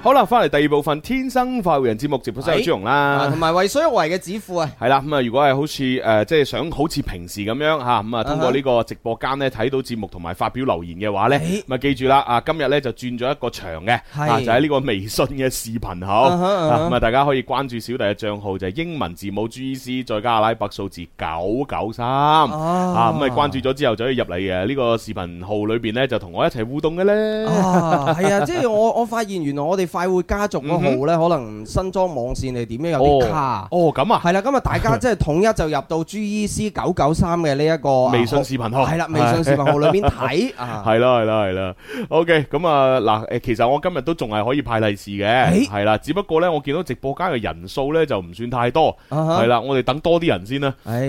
好啦，翻嚟第二部分《天生快活人》節目直播室有朱容啊啦同。埋為所欲為嘅指父啊，系啦，咁啊，如果係好似誒、呃即係想好似平時咁樣嚇，咁啊，通過呢個直播間咧睇到節目同埋發表留言嘅話咧，誒咪記住啦，啊，今日咧就轉咗一個長嘅，係啊，就喺呢個微信嘅視 頻號，啊哈啊哈啊咁啊，大家可以關注小弟嘅帳號就係英文字母 G C 再加阿拉伯數字九九三，哦啊，咁啊關注咗之後就可以入嚟嘅呢個視頻號裏邊咧就同我一齊互動嘅咧。啊，係啊，即係我我發現原來我哋快活家族嗰號咧，可能新裝網線嚟點樣有啲卡。哦，咁啊，係啦，今日大家即係統一就入到 GEC 九九三嘅呢一個微信視頻號係啦，微信視頻號裏邊睇啊。系啦，系啦，系啦。OK，咁啊，嗱，诶，其實我今日都仲係可以派利是嘅，係啦。只不過呢，我見到直播間嘅人數呢就唔算太多，啊哈係啦。我哋等多啲人 先啦。唉，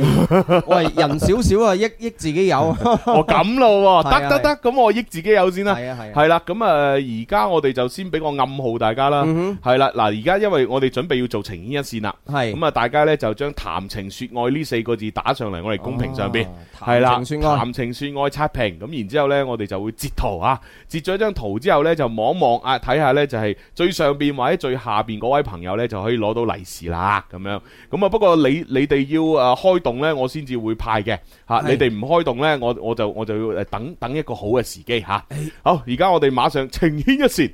喂，人少少啊，益益自己有。哦，咁咯係喎，啊得得得，咁我益自己有先啦。係啊係啊係啦。咁啊，而家我哋就先俾個暗號大家啦。係啦，嗱，而家因為我哋準備要做情牽一線啦，係咁啊，大家呢就將談情说愛呢四個字打上嚟，我哋公屏上邊。哦係啦，談情說愛談情說愛刷屏，咁然之後呢，我哋就會截圖啊，截咗張圖之後呢，就望一望啊，睇下呢，就係最上邊或者最下邊嗰位朋友呢，就可以攞到利是啦，咁樣。咁啊，不過你你哋要啊開動呢，我先至會派嘅嚇。係你哋唔開動呢，我我就我就要誒呃等等一個好嘅時機嚇。好，而家我哋馬上情牽一線，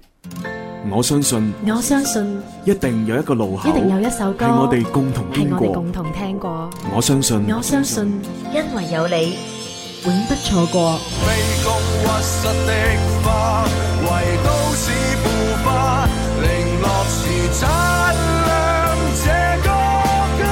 我相信我相信一定有一個路口，一定有一首歌係我哋共同係經我哋過。共同聽過，我相信我相信因為有你，永不錯過。卑躬屈膝的花，為都市腐化，零落時擦亮這個家。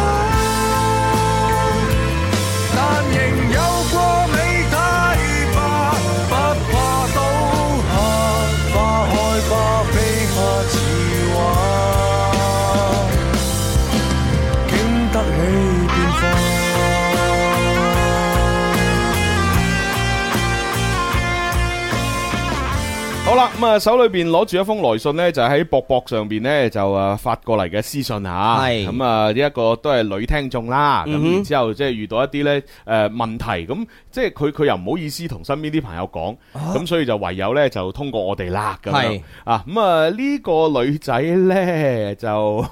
咁啊，手裏邊攞住一封來信呢，就喺博博上邊呢，就啊發過嚟嘅私信吓，係咁啊呢一個都係女聽眾啦，嗯哼咁然之後即係遇到一啲呢誒問題，咁即係佢佢又唔好意思同身邊啲朋友講，咁所以就唯有呢，就通過我哋啦咁樣係啊，咁啊呢個女仔呢，就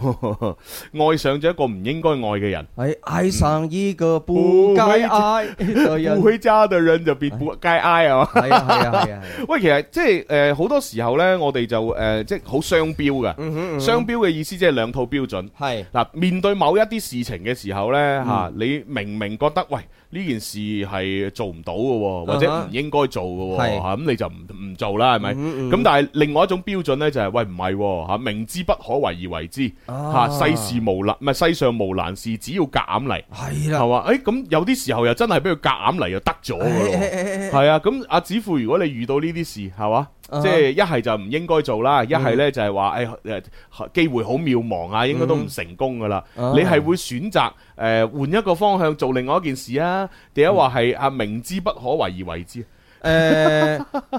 愛上咗一個唔應該愛嘅人，哎，爱上一个不该爱的人不，回家的人就別不該愛啊嘛。系啊系啊系啊，喂，其實即係誒好多時候呢，我哋就誒、呃即係好雙標嘅。嗯雙標嘅意思即係兩套標準。系嗱，面對某一啲事情嘅時候嗯呢，嚇、你明明覺得喂呢件事係做唔到嘅喎，或者啊哈唔應該做嘅喎，係嗯嚇咁你就唔唔做啦，係咪？咁但係另外一種標準呢，就係喂唔係喎嚇，明知不可為而為之嚇，啊世事無難唔係世上無難事，只要夾硬嚟。系啦係，嘛？誒咁有啲時候又真係俾佢夾硬嚟，又得咗嘅咯喎。係啊，咁阿子富，如果你遇到呢啲事，係嘛？啊嗯即係一係就唔應該做啦，一係呢就係話誒誒機會好渺茫啊，應該都唔成功噶啦。啊你係會選擇誒換一個方向做另外一件事啊，定係話係啊明知不可為而為之？诶。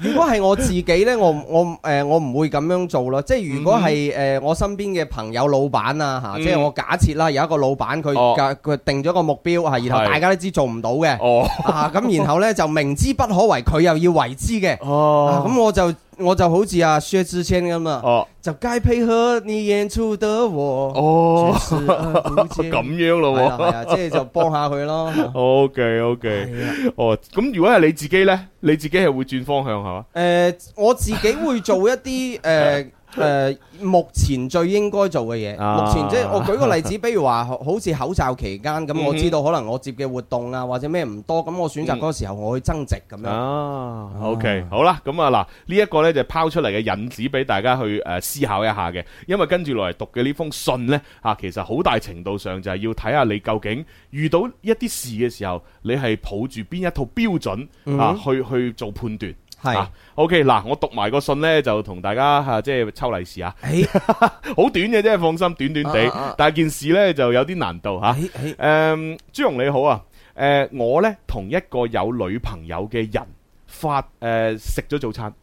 如果係我自己呢，我我誒、我唔會咁樣做咯。即係如果係誒、我身邊嘅朋友、老闆啊嚇，嗯即係我假設啦，有一個老闆佢哦佢佢定咗個目標嚇，然後係大家都知做唔到嘅哦啊，咁然後呢，就明知不可為，佢又要為之嘅。 啊哦咁我就我就好似阿薛之谦咁啊，哦就該配合你演出得我。哦，爵士啊古 咁箏樣咯係啦係喎。啊， 即係就幫下 佢咯。 O K O K，哦，咁如果係你自己呢，你自己係會轉方向係嘛？诶，我自己會做一 啲诶。誒、目前最應該做嘅嘢，啊目前即 係我舉個例子，比如話好好似口罩期間咁，我嗯哼知道可能我接嘅活動啊或者咩唔多，咁我選擇嗰個時候我去增值咁樣。啊，OK，好啦，咁啊嗱，呢一個呢就拋出嚟嘅引子俾大家去誒思考一下嘅，因為跟住落嚟讀嘅呢封信呢，啊，其實好大程度上就係要睇下你究竟遇到一啲事嘅時候，你係抱住邊一套標準啊嗯去去做判斷。係啊，OK，嗱，我讀埋個信呢，就同大家嚇即係抽利是啊，誒好短嘅啫，放心，短短啊啊地啊，但係件事呢，就有啲難度啊嚇。誒誒，誒，朱紅你好啊！誒、我呢，同一個有女朋友嘅人發誒食咗早餐啊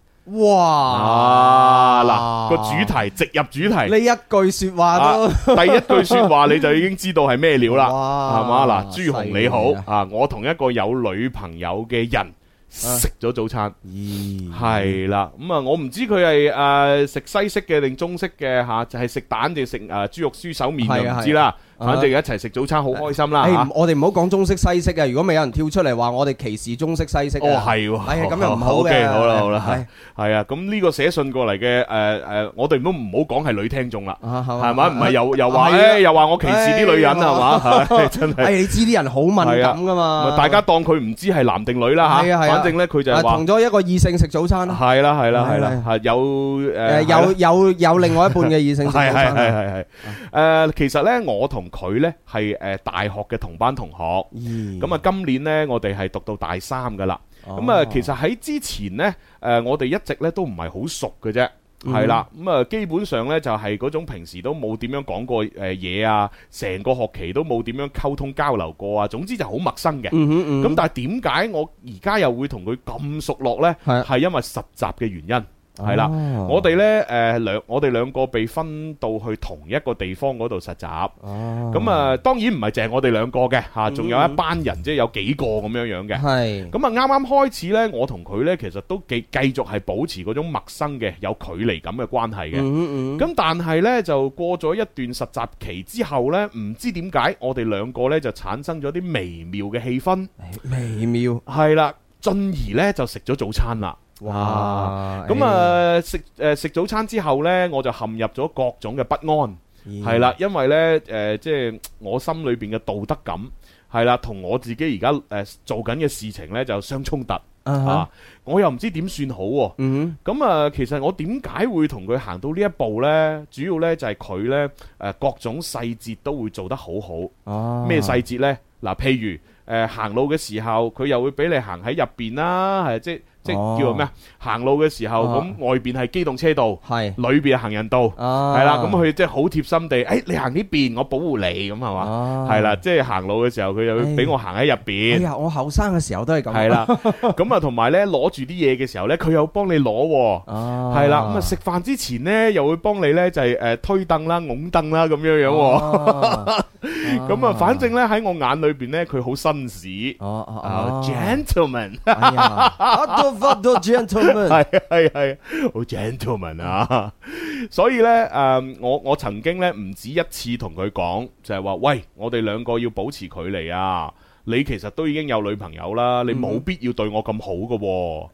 啊哇！嗱個主題直入主呢題，一句説話都啊第一句説話你就已經知道係咩料啦，哇係嘛嗱？朱紅你犀好利啊啊啊！我同一個有女朋友嘅人食咗早餐。嗯咦係啦，咁啊，我唔知佢係诶食西式嘅定中式嘅吓，就係食蛋定食诶豬肉豬手面係就啊唔知啦。係啊哎反正一齊食早餐好開心啦誒吓唔。我哋唔好講中式西式啊！如果咪有人跳出嚟話我哋歧視中式西式哦，啊係喎，哎呀咁又唔好嘅 OK，好 啦，好啦係，係啊，咁呢個寫信過嚟嘅，誒誒，我哋都唔好講係女聽眾啦，啊係咪？唔係又又話，係啊誒又話我歧視啲女人哎呀係嘛？ 係真係， 哎，你知啲人好敏感噶嘛？咪大家當佢唔知係男定女啦係嚇，啊係啊反正咧佢就係啊話同。咗一個異性食早餐啦。係啦係啦係係係啦嚇，有誒誒有有有另外一半嘅異性食 早係係係餐啊。係係誒，其實咧我同佢咧係誒大學嘅同班同學，咦咁啊今年咧我哋係讀到大三噶啦。哦咁啊，其實喺之前呢，誒、我哋一直咧都唔係好熟嘅啫。嗯係啦，咁啊，基本上呢，就係嗰種平時都冇點樣講過誒嘢啊，成個學期都冇點樣溝通交流過啊，總之就好陌生嘅。咁、嗯哼嗯哼但係點解我而家又會同佢咁熟絡呢？係係因為實習嘅原因，係啦。哦我哋呢，誒兩我哋兩個被分到去同一個地方嗰度實習。哦嗯咁啊，當然唔係淨係我哋兩個嘅嚇，仲有一班人，即係有幾個咁樣樣嘅。係咁啊，啱啱開始呢，我同佢呢其實都繼繼續係保持嗰種陌生嘅有距離感嘅關係嘅。嗯嗯咁但係呢，就過咗一段實習期之後呢，唔知點解我哋兩個呢就產生咗啲微妙嘅氣氛，微妙係啦，進而呢就食咗早餐啦。哇！咁啊食誒食早餐之後呢，我就陷入咗各種嘅不安，咦係啦，因為呢，誒即係我心裏邊嘅道德感係啦，同我自己而家誒做緊嘅事情呢就相衝突。啊哈啊，我又唔知點算好喎、嗯咁啊，其實我點解會同佢行到呢一步呢？主要呢就係佢呢誒各種細節都會做得好好。哼啊咩細節呢？嗱，譬如誒、呃行路嘅時候，佢又會俾你行喺入邊啦，係即即哦叫做咩啊？行路嘅時候，啊咁、外邊係機動車道，係裏邊係行人道。啊，係啦，咁佢即係好貼心地，誒你行呢邊，我保護你咁係嘛？啊係啦，即係行路嘅時候，佢就會俾我行喺入哎邊。呀，我後生嘅時候都係咁，係 啦，咁啊，同埋咧攞住啲嘢嘅時候咧，佢又幫你攞喎。啊，係啦，咁啊食飯之前咧，又會幫你咧就係誒推凳啦、拱凳啦咁樣樣喎。啊，咁啊，反正咧喺我眼裏邊咧，佢好紳士，哦哦 啊哦 gentleman，哎呀 Otto Otto gentleman， 係係係，好 gentleman 啊！所以咧誒，我我曾經咧唔止一次同佢講，就係話喂，我哋兩個要保持距離啊！你其實都已經有女朋友啦，嗯你冇必要對我咁好嘅喎。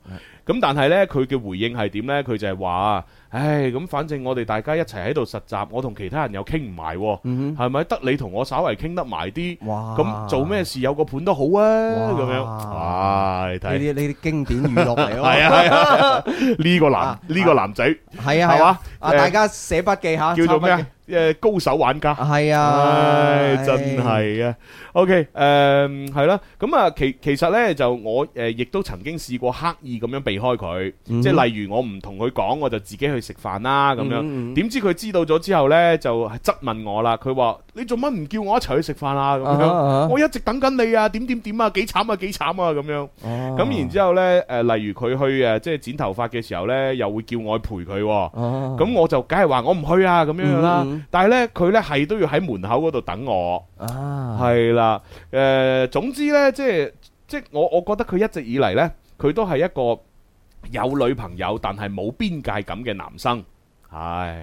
咁但係呢，佢嘅回應係點呢？佢就係話：，唉，咁反正我哋大家一齊喺度實習，我同其他人又傾唔埋喎，係咪、得你同我稍為傾得埋啲，嗯哇咁做咩事有個伴都好啊，哇咁樣。哇，你呢睇，啲呢啲經典語錄嚟咯， 係啊係啊，呢個男啊呢個男仔係啊係係嘛啊，啊誒大家寫筆記嚇，叫做咩抄筆啊記？誒，高手玩家。係唉啊，，真係啊。OK，誒係啦，咁啊，其其實呢，就我誒亦都曾經試過刻意咁樣避開佢，嗯即係例如我唔同佢講，我就自己去食飯啦咁嗯樣。點知佢知道咗之後呢，就質問我啦，佢話：你做乜唔叫我一齊去食飯啊？咁啊哈啊樣，哈我一直等緊你啊，點點點啊，幾慘啊，幾慘啊咁樣。哦咁然之後呢，誒例如佢去誒即係剪頭髮嘅時候呢，又會叫我陪佢喎。哦咁我就梗係話我唔去啊咁樣樣啦嗯嗯。但係呢，佢呢係都要喺門口嗰度等我，啊，係啦。誒，總之呢，即係即係我我覺得佢一直以嚟呢，佢都係一個有女朋友但係冇邊界感嘅男生，係。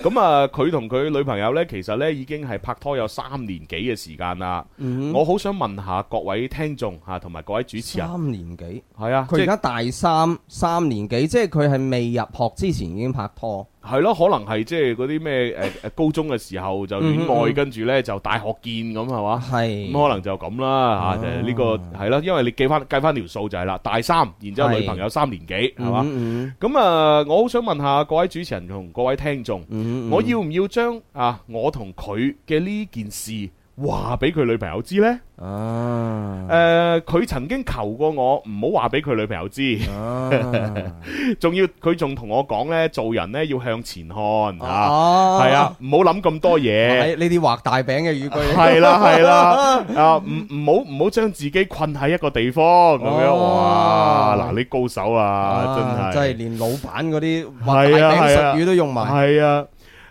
咁啊，佢同佢女朋友呢，其實呢已經係拍拖有三年幾嘅時間啦。嗯我好想問下各位聽眾嚇，同埋各位主持人，三年幾？係啊，佢而即係家大三，三年幾，即係佢係未入學之前已經拍拖。係咯，可能係即係嗰啲咩誒誒高中嘅時候就戀愛，嗯嗯跟住呢就大學見咁係嘛？係咁可能就咁啦嚇，哦就係呢個係啦，因為你計翻計翻條數就係啦，大三，然之後係女朋友三年幾係嘛？嗯咁啊，我好想問下各位主持人同各位聽眾，嗯我要唔要將啊我同佢嘅呢件事話俾佢女朋友知呢？啊誒，佢曾經求過我唔好話俾佢女朋友知，啊仲要佢仲同我講呢，做人呢要向前看嚇。哦系 啊，，唔好谂咁多嘢。係啊呢啲畫大餅嘅語句。系啦 係啦，啊唔唔好唔好將自己困喺一個地方咁樣，哇！哦嗱，你高手啊，真係真係，連老闆嗰啲畫大係啊餅係啊術語都用埋。係啊。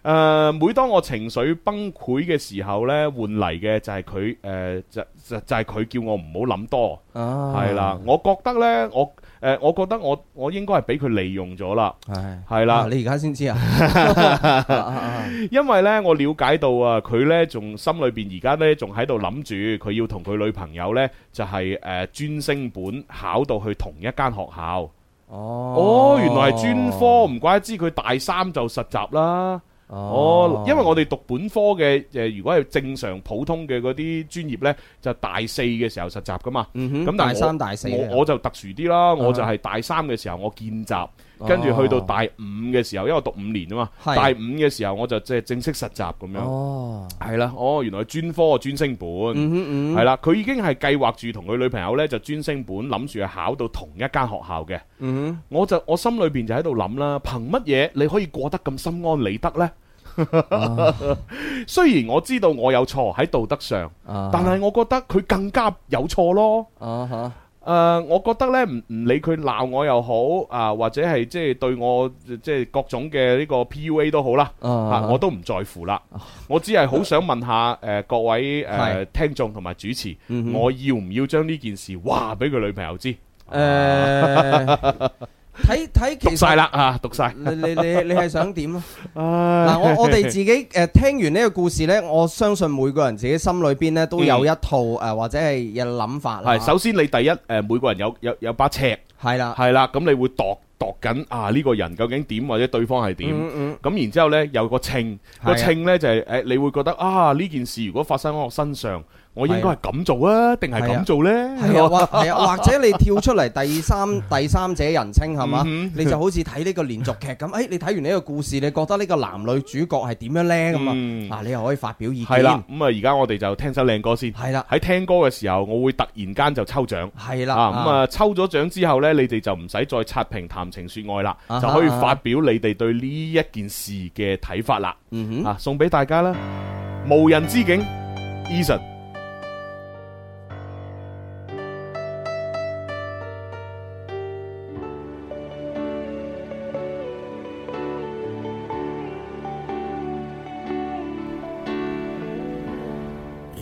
誒、每當我情緒崩潰嘅時候呢，換嚟嘅就係佢誒，就就就係佢叫我唔好諗多，啊係啦、，我覺得呢，我誒、呃我覺得我我應該係俾佢利用咗啦，係係啦、啊你而家先知啊？啊啊啊因為呢，我了解到啊，佢呢仲心裏邊而家呢仲喺度諗住，佢要同佢女朋友呢就係誒專升本考到去同一間學校。哦哦，原來係專科，唔怪之佢大三就實習啦。哦，因為我哋讀本科嘅誒，如果係正常普通嘅嗰啲專業呢，就大四嘅時候實習噶嘛。嗯哼咁但係大我三大四啊我我就特殊啲啦，我就係大三嘅時候我見習，跟住去到大五嘅時候，因為我讀五年啊嘛，哦係大五嘅時候我就即係正式實習咁 樣。哦，系啦，哦，原來專科專升本，嗯哼嗯係啦、佢已經係計劃住同佢女朋友呢就專升本，諗住去考到同一間學校嘅。嗯哼。我就我心裏邊就喺度諗啦，憑乜嘢你可以過得咁心安理得呢？啊 雖然我知道我有錯喺道德上，啊但係我覺得佢更加有錯咯。啊哈，誒、我覺得呢，唔唔理佢鬧我又好啊，或者係即係對我即係各種嘅呢個 PUA 都好啦，啊啊我都唔在乎啦。我只係好想問下 誒、各位誒、聽眾同埋主持，嗯我要唔要將呢件事話俾佢女朋友知？诶，睇睇讀其晒實啦啊，讀晒。你你你你係想 點啊？嗱嗱，我我哋自己誒、呃、聽完呢個故事呢，我相信每個人自己心裏邊呢都有一套誒、呃或者係嘅諗法啦。係首先你第一誒、每個人有有有把尺，係啦，係啦，咁你會度度緊啊呢、個人究竟點或者對方係點。嗯嗯咁然之後呢，有個稱，係啊個稱呢就係、誒，你會覺得啊呢件事如果發生喺我身上，我應該係咁做啊，定係咁做呢？係啊，或係啊，或者你跳出嚟第 三第三者人稱係嘛？嗯哼你就好似睇呢個連續劇咁，誒，你睇完呢個故事，你覺得呢個男女主角係點樣呢？咁啊？嗯嗱，你又可以發表意見。係啦，咁啊，而家我哋就聽首靚歌先。係啦，喺聽歌嘅時候，我會突然間就抽獎。係啦，啊，咁啊，抽咗獎之後呢，你哋就唔使再刷屏談情說愛啦，啊哈就可以發表你哋對呢一件事嘅睇法啦。嗯哼，啊，送俾大家啦，無人之境，Eason。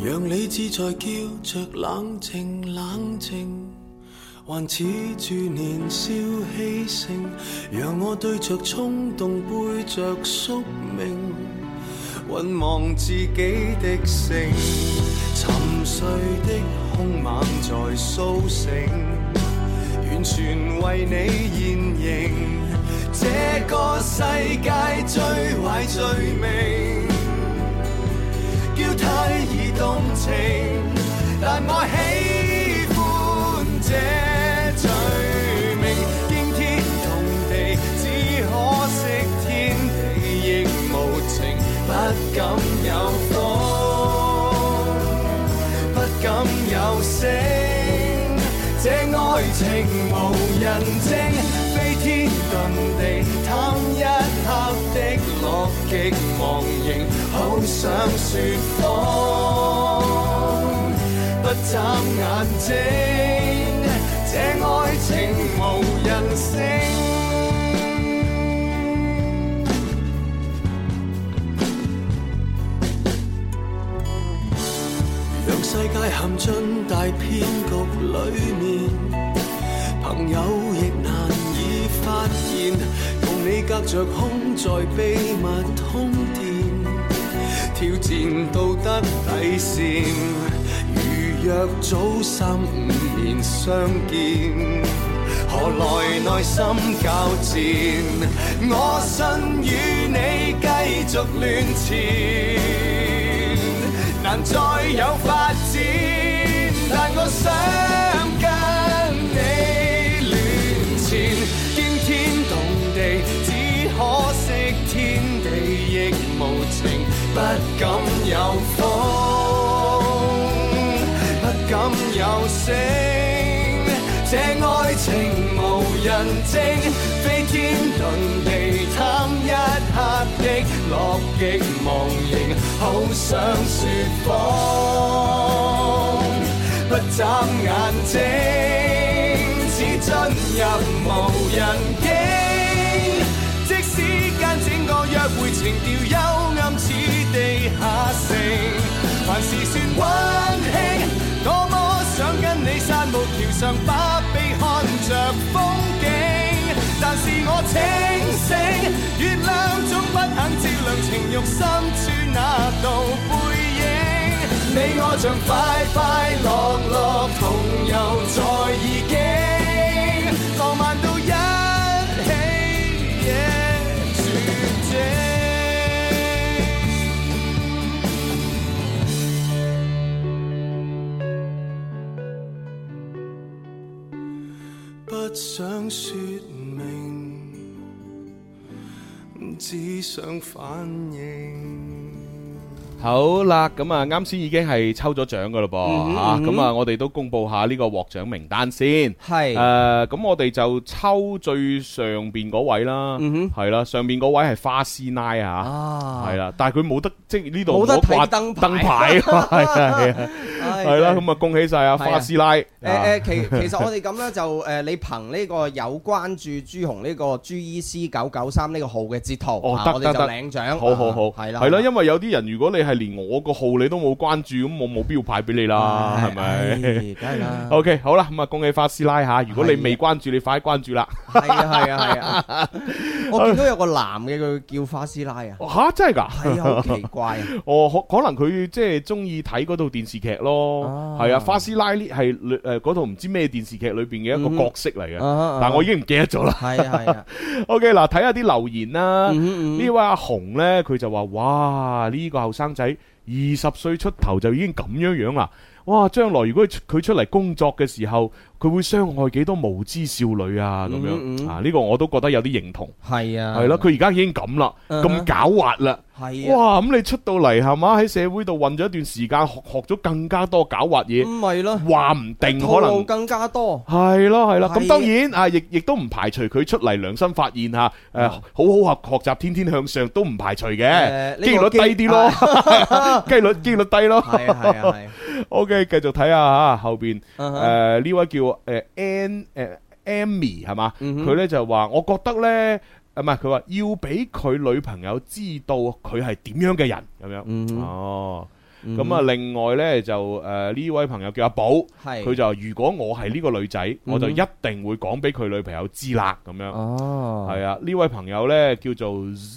讓理智在叫着冷靜冷靜，還似住年少氣盛，讓我對着衝動背着宿命，渾忘自己的姓，沉睡的兇猛在甦醒。完全為你現形。這個世界最壞罪名，叫太易動情，但我喜歡這罪名，驚天動地，只可惜天地亦無情，不敢有風。不敢有聲，這愛情無人證，飛天遁地，貪一刻的樂極忘形，好想説謊，不眨眼睛，這愛情無人性。讓世界陷進大騙局裏面，朋友亦難以發現，共你隔着空在秘密通電，挑戰道德底線。如若早三五年相見，何來內心交戰？我信與你繼續亂纏。難再有發展，但我想跟你亂纏，驚天動地，只可惜天地亦無情，不敢有風，不敢有聲，這愛情無人證，飛天遁地，貪一刻的樂極忘形，好想説謊，不眨眼睛，似進入無人境。即使間整個約會情調幽暗似地下城，還是算溫馨。多麼想跟你散步橋上，把臂看着風景。但是我清醒，月亮總不肯照亮情欲深處那道背影。你我像快快樂樂同遊在異境，浪漫到一起亦絕境。不想說明，只想反應。好啦，咁啊，啱先已經係抽咗獎噶嘞噃嗯嚇，嗯咁啊，我哋都公佈下呢個獲獎名單先。誒，係咁我哋就抽最上邊嗰位啦，嗯係啦，上邊嗰位係花師奶啊，啊係，啦，但係佢冇得即係呢冇度得冇掛睇燈牌燈牌， 係啊係啊，係啦，咁啊，啊恭喜晒啊係啊花師奶，誒誒，其其實我哋咁咧就誒，你憑呢個有關注朱紅呢個 G E C 九九三呢個號嘅截圖，哦啊得我得哋就得領獎，啊好好好，係啦，係啦，因為有啲人如果你係連我個號你都冇關注，咁我冇必要派俾你啦，係咪？ 唉梗係啦。 O K，好啦，咁啊，恭喜花師奶吓！如果你未關注，你快啲關注啦！係啊係啊 係啊！我見到有個男嘅佢叫花師奶啊，吓，真係㗎？係啊，好奇 怪啊！哦，可可能佢即係中意睇嗰套電視劇咯，啊係啊，花師奶呢係誒嗰套唔知咩電視劇裏邊嘅一個角色嚟嘅，嗯啊但我已經唔記得咗啦。 係啊係啊， O K，嗱，睇下啲留言啦。嗯嗯呢位阿紅呢，佢就話：哇，呢個後生仔二十歲出頭就已經咁樣樣啦。哇！將來如果佢佢出嚟工作嘅時候，佢會傷害幾多無知少女啊？咁樣、嗯嗯啊，呢、個我都覺得有啲認同。係啊，係啦，，佢而家已經咁啦，嗯咁狡猾啦。係啊，哇！咁你出到嚟係嘛？喺社會度混咗一段時間，學學咗更加多狡猾嘢，唔係咯，話唔定嗯套可路能。更加多。係咯係咯，咁係當然啊，亦亦都唔排除佢出嚟良心發現吓，嗯誒好好學學習，天天向上都唔排除嘅誒，機呢率個低啲咯， 機率機率低咯。係啊係啊係啊 OK，繼續睇下吓後邊嗯哼誒呢位叫誒 An 誒 Amy 係嘛，嗯哼佢咧就話我覺得咧。啊唔係，佢話要俾佢女朋友知道佢係點樣嘅人咁樣。嗯哼哦，咁啊，另外呢，就誒呢位朋友叫阿寶，係嗯佢就話如果我係呢個女仔，我就一定會講俾佢女朋友知啦咁樣。哦，係啊，呢位朋友呢，叫做誒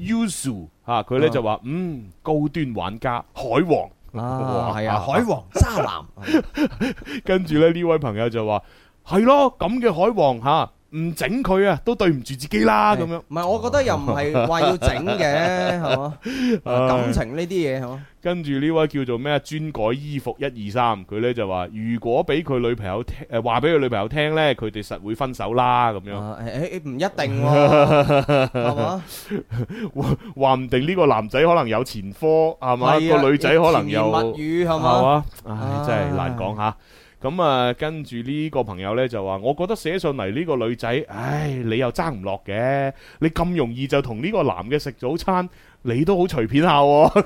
Yusu 嚇，佢呢就話嗯高端玩家海王。啊，哇係啊，海王渣男，跟住咧呢位朋友就話：係咯，咁嘅海王吓，唔整佢 啊，都對唔住自己啦咁樣。唔係，我覺得又唔係話要整嘅，係嘛？ 唉感情呢啲嘢係嘛？跟住呢位叫做咩專改衣服一二三，佢呢就話：如果俾佢女朋友聽，誒話俾佢女朋友聽呢，佢哋實會分手啦咁樣。啊誒誒唔一定 喎，係嘛？話唔定呢個男仔可能有前科，係嘛？係啊個女仔可能甜言有蜜。語係係嘛？嘛？唉，真係難講吓。咁啊，跟住呢個朋友呢，就話，我覺得寫上嚟呢個女仔，唉，你又爭唔落嘅，你咁容易就同呢個男嘅食早餐，你都好隨便下喎。誒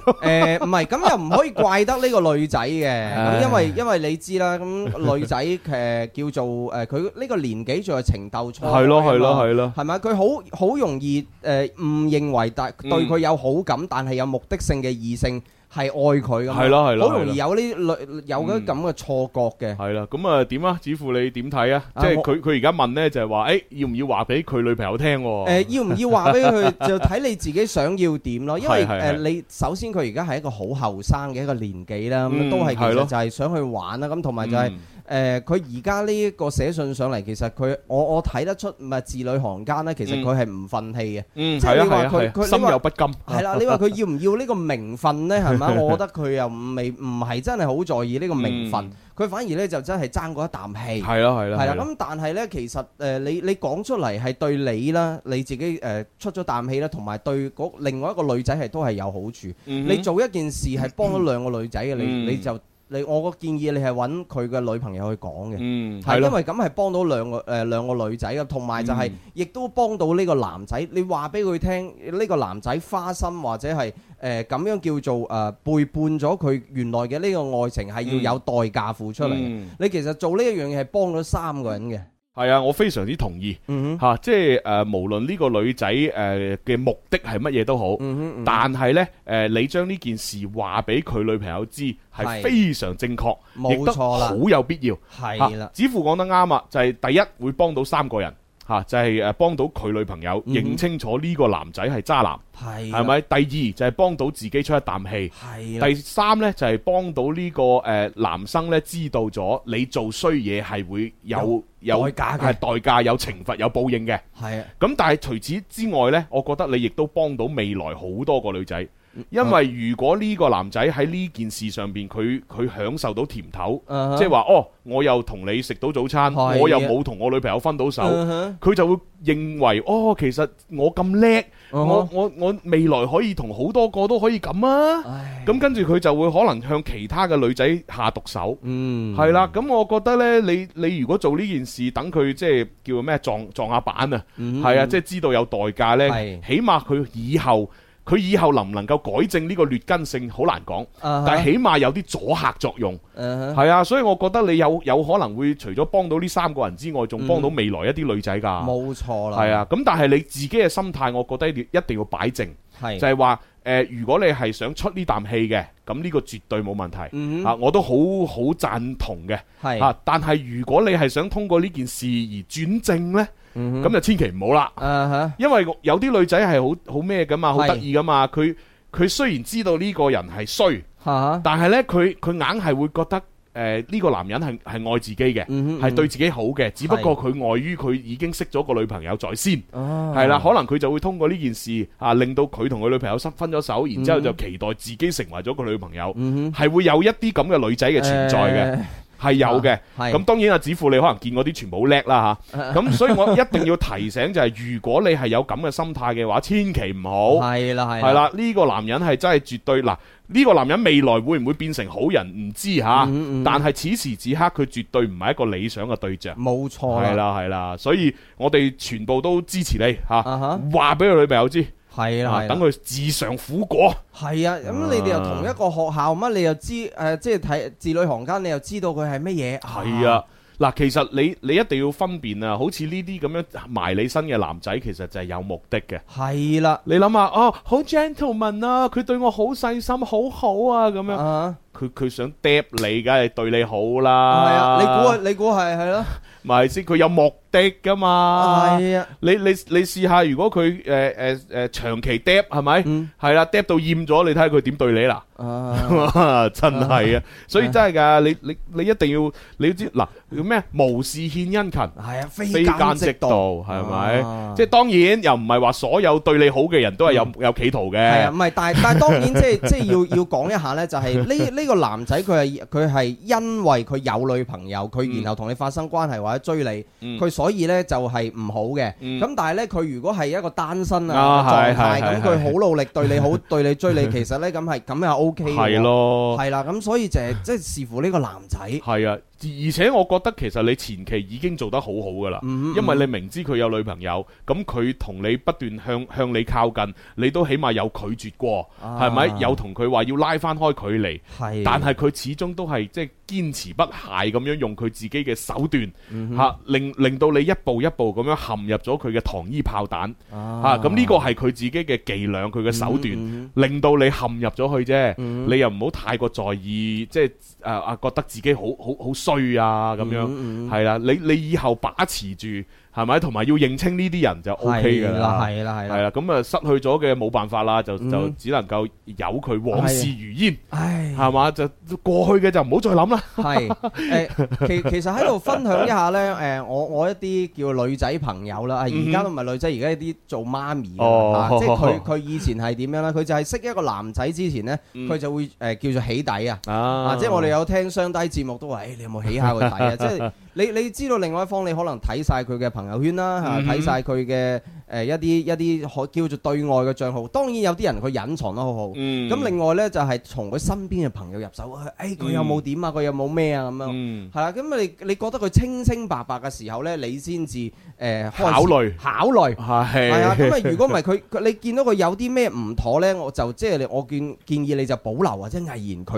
唔係，咁又唔可以怪得呢個女仔嘅，唉咁因為因為你知啦，咁女仔誒叫做誒佢呢個年紀 仲係情鬥初係咯，係咯，係咯，係咪？佢好好容易誒誤認為但對佢有好感，但係有目的性嘅異性係愛佢咁，係咯係咯好容易有呢類有嗰啲咁嘅錯覺嘅。係啦。咁啊，點啊？子富你點睇啊？啊即係我佢佢而家問呢，就係話，誒，要唔要話俾佢女朋友聽喎？誒要唔要話俾佢就睇你自己想要點咯，因為係誒係係你首先佢而家係一個好後生嘅一個年紀啦，咁嗯都係其係實咯就係想去玩啦，咁同埋就係嗯誒呃佢而家呢一個寫信上嚟，其實佢我我睇得出唔係字裏行間咧，其實佢係唔忿 氣嘅。嗯，即係係啊，你話係啊，佢係啊佢心你話有不甘。係啦，你話佢要唔要呢個名分呢？係 咪？我覺得佢又唔未唔係真係好在意呢個名分，佢、反而呢就真係爭過一啖氣。嗯係啦，係啦，係啦，咁但係呢，其實誒、呃你你講出嚟係對你啦，你自己誒、呃出咗啖氣啦，同埋對嗰另外一個女仔係都係有好處。嗯哼你做一件事係幫咗兩個女仔嘅，你、嗯你就你我個建議你係揾佢嘅女朋友去講嘅。嗯，係係因咯，為咁係幫到兩個誒、呃、兩個女仔嘅，同埋就係、亦都幫到呢個男仔。你話俾佢聽，呢、個男仔花心或者係誒咁樣叫做誒、呃背叛咗佢原來嘅呢個愛情係要有代價付出嚟嘅。嗯你其實做呢一樣嘢係幫咗三個人嘅。係啊，我非常之同意。嗯哼，吓、即係誒、呃，無論呢個女仔誒嘅目的係乜嘢都好，嗯哼嗯哼，但係呢，誒、呃你將呢件事話俾佢女朋友知，係係非常正確，冇亦都錯啦好有必要。係啦，子父講得啱啊，就係、第一會幫到三個人。吓就係誒幫到佢女朋友嗯認清楚呢個男仔係渣男，係啦係？咪？第二就係幫到自己出一啖氣，係啦，第三呢，就係幫到呢個誒男生呢，知道咗你做衰嘢係會有有代價嘅係代價有懲罰有報應嘅。係啊，咁但係除此之外呢，我覺得你亦都幫到未來好多個女仔，嗯因啊為如果呢個男仔喺呢件事上邊，佢佢享受到甜頭，嗯哼即係話哦，我又同你食到早餐，係啊我又冇同我女朋友分到手，嗯哼佢就會認為哦，其實我咁叻，嗯哼我我我未來可以同好多個都可以咁啊，唉，咁跟住佢就會可能向其他嘅女仔下毒手。嗯，係啦，咁我覺得呢，你你如果做呢件事，等佢即係叫咩撞撞下板啊，嗯係啊，即係知道有代價呢，係起碼佢以後佢以後能唔能夠改正呢個劣根性，好難講，啊哈但係起碼有啲阻嚇作用，嗯哼係啊，所以我覺得你有有可能會除咗幫到呢三個人之外，仲幫到未來一啲女仔㗎，嗯冇錯啦，係，啊，咁但係你自己嘅心態，我覺得一定要擺正。係就係話誒，如果你係想出呢啖氣嘅，咁呢個絕對冇問題、啊！我都好好贊同嘅嗯係啊！但係如果你係想通過呢件事而轉正呢，咁、嗯就千祈唔好啦，啊哈，因為有啲女仔係好好咩噶嘛，好係得意噶嘛，佢佢雖然知道呢個人係衰，嚇但係呢，佢佢硬係會覺得誒呢個男人係係愛自己嘅，嗯哼係對自己好嘅，只不過佢礙於佢已經識咗個女朋友在先，啊係啦，可能佢就會通過呢件事啊，令到佢同佢女朋友分分咗手，然之嗯後就期待自己成為咗個女朋友，係會有一啲咁嘅女仔嘅存在嘅。係有嘅，係啊咁當然啊，子富你可能見嗰啲全部好叻啦吓，咁所以我一定要提醒就係、如果你係有咁嘅心態嘅話，千祈唔好，係啦係係，啦，呢、個男人係真係絕對嗱，呢、個男人未來會唔會變成好人唔知吓，嗯嗯嗯但係此時此刻佢絕對唔係一個理想嘅對象。冇錯係啦，啦係啦，所以我哋全部都支持你吓，啊哈話俾佢女朋友知，係啦啊係啦等。佢自嘗苦果。係啊，咁你哋又同一個學校乜？你又知誒、即係睇字裏行間，你又知道佢係乜嘢？係啊。嗱，其實你你一定要分辨啊，好似呢啲咁樣埋你身嘅男仔，其實就係有目的嘅。係啦，你諗下，哦，好 gentleman 啊，佢對我好細心，好好啊，咁樣，啊，佢佢想嗒你，梗係對你好係啦。啊，你估啊，你估係係咯，咪先？佢有目的噶嘛？係啊，你你你試下，如果佢誒誒誒長期 d 係咪？嗯係啦 d 到厭咗，你睇下佢點對你 啦。啊，哇真係啊！ 所以真係㗎，你你你一定要你要知嗱叫咩無事獻殷勤。係啊，非非奸奸即即盜盜，係咪啊？嗯即係當然又唔係話所有對你好嘅人都係有有企圖係啊，嘅唔。係，但係但係當然即係 即係要要講一下咧，就係 呢呢個男仔佢係佢係因為佢有女朋友，佢嗯然後同你發生關係或者追你。嗯佢所以呢就係唔好嘅。嗯咁但係呢，佢如果係一個單身啊啊狀係態，係咁係佢好努力對你 好，對你追你，其實呢咁係咁又 O K 嘅。係，咯，係啦，咁所以就係即係視乎呢個男仔。係啊，而而且我覺得其實你前期已經做得好好㗎啦，嗯因為你明知佢有女朋友，咁佢同你不斷向向你靠近，你都起碼有拒絕過，啊係咪？有同佢話要拉翻開距離。係，但係佢始終都係即係堅持不懈咁樣用佢自己嘅手段嚇、嗯令令到你一步一步咁樣陷入咗佢嘅糖衣炮彈嚇，啊咁呢個係佢自己嘅伎倆，佢嘅手段。嗯令到你陷入咗去啫，嗯你又唔好太過在意，即係誒啊覺得自己好好好衰啊咁樣，嗯嗯係啦、你你以後把持住係咪？同埋要認清呢啲人就 O K 㗎係啦，啦，係啦，係係啦。啦，咁啊失去咗嘅冇辦法啦，就就嗯只能夠由佢往事如煙。唉，係嘛？就過去嘅就唔好再諗啦。 係誒，其其實喺度分享一下呢， 誒，我我一啲叫女仔朋友啦，啊而家都唔係女仔，而家一啲做媽咪嘅嗯哦啊 即係佢佢以前係點樣呢？佢就係識一個男仔之前呢，嗯佢就會誒叫做起底啊。啊啊！即係我哋有聽雙低節目都話，誒、你有冇起下個底 啊？即係你你知道另外一方，你可能睇晒佢嘅朋友圈啦，嚇嗯哼睇晒佢嘅誒一啲一啲可叫做對外嘅帳號。當然有啲人佢隱藏得好好。咁、嗯另外呢，就係、從佢身邊嘅朋友入手，誒、佢有冇點啊？佢有冇咩啊？咁樣。嗯係啦，咁你你覺得佢清清白白嘅時候呢，你先至誒開始考慮考慮，係係啊，咁啊，如果唔係佢佢，你見到佢有啲咩唔妥呢，我就即係你我建建議你就保留或者毅然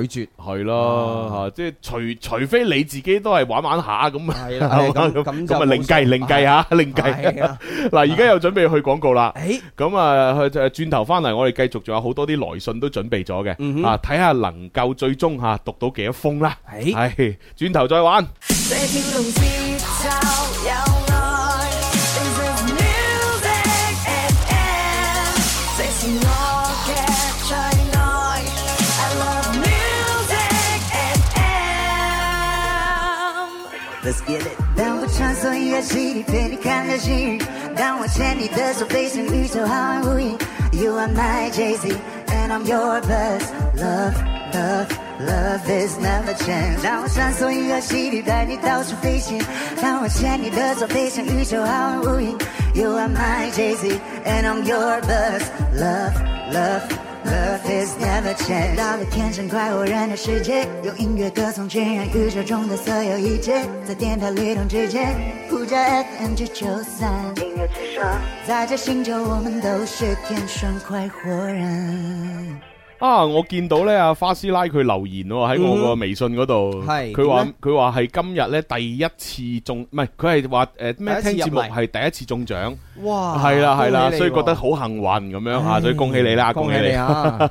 拒絕。係啊咯，嚇即係除除非你自己都係玩玩下咁啊，係啦， 係嘛咁咁咁咁啊就另計另計嚇，另計。係啊，嗱，而家又準備去廣告啦。誒，咁啊，去就轉頭翻嚟，我哋繼續仲有好多啲來信都準備咗嘅嗯，哼啊，睇下能夠最終嚇讀到幾多封啦。誒係，轉頭再玩。這跳動節奏有愛，This is music FM，這是我嘅最愛，I love music FM。 Let's get it。当我穿梭音乐季，陪你看流星雨。当我牵你的手，飞向宇宙浩瀚无垠。You are my Jay Z and I'm your Buzz。Love love love is never change。当我穿梭音乐季，带你到处飞行。当我牵你的手，飞向宇宙浩瀚无垠。You are my Jay Z and I'm your Buzz。Love love。Love is never change。到了天生快活人的世界，用音乐歌颂渲染宇宙中的所有一切，在电台律动之间，呼叫 FM 九九三，音乐之声，在这星球我们都是天生快活人。啊！我見到咧，阿花師奶佢留言喎喺我個微信嗰度，嗯係佢話點呢佢話係今日咧第一次中，唔係佢係話誒咩第聽一次入節目嚟係第一次中獎，哇，係啦係啦，恭喜你所以喎覺得好幸運咁樣嚇，所以恭喜你啦，恭恭喜喜你你！啊！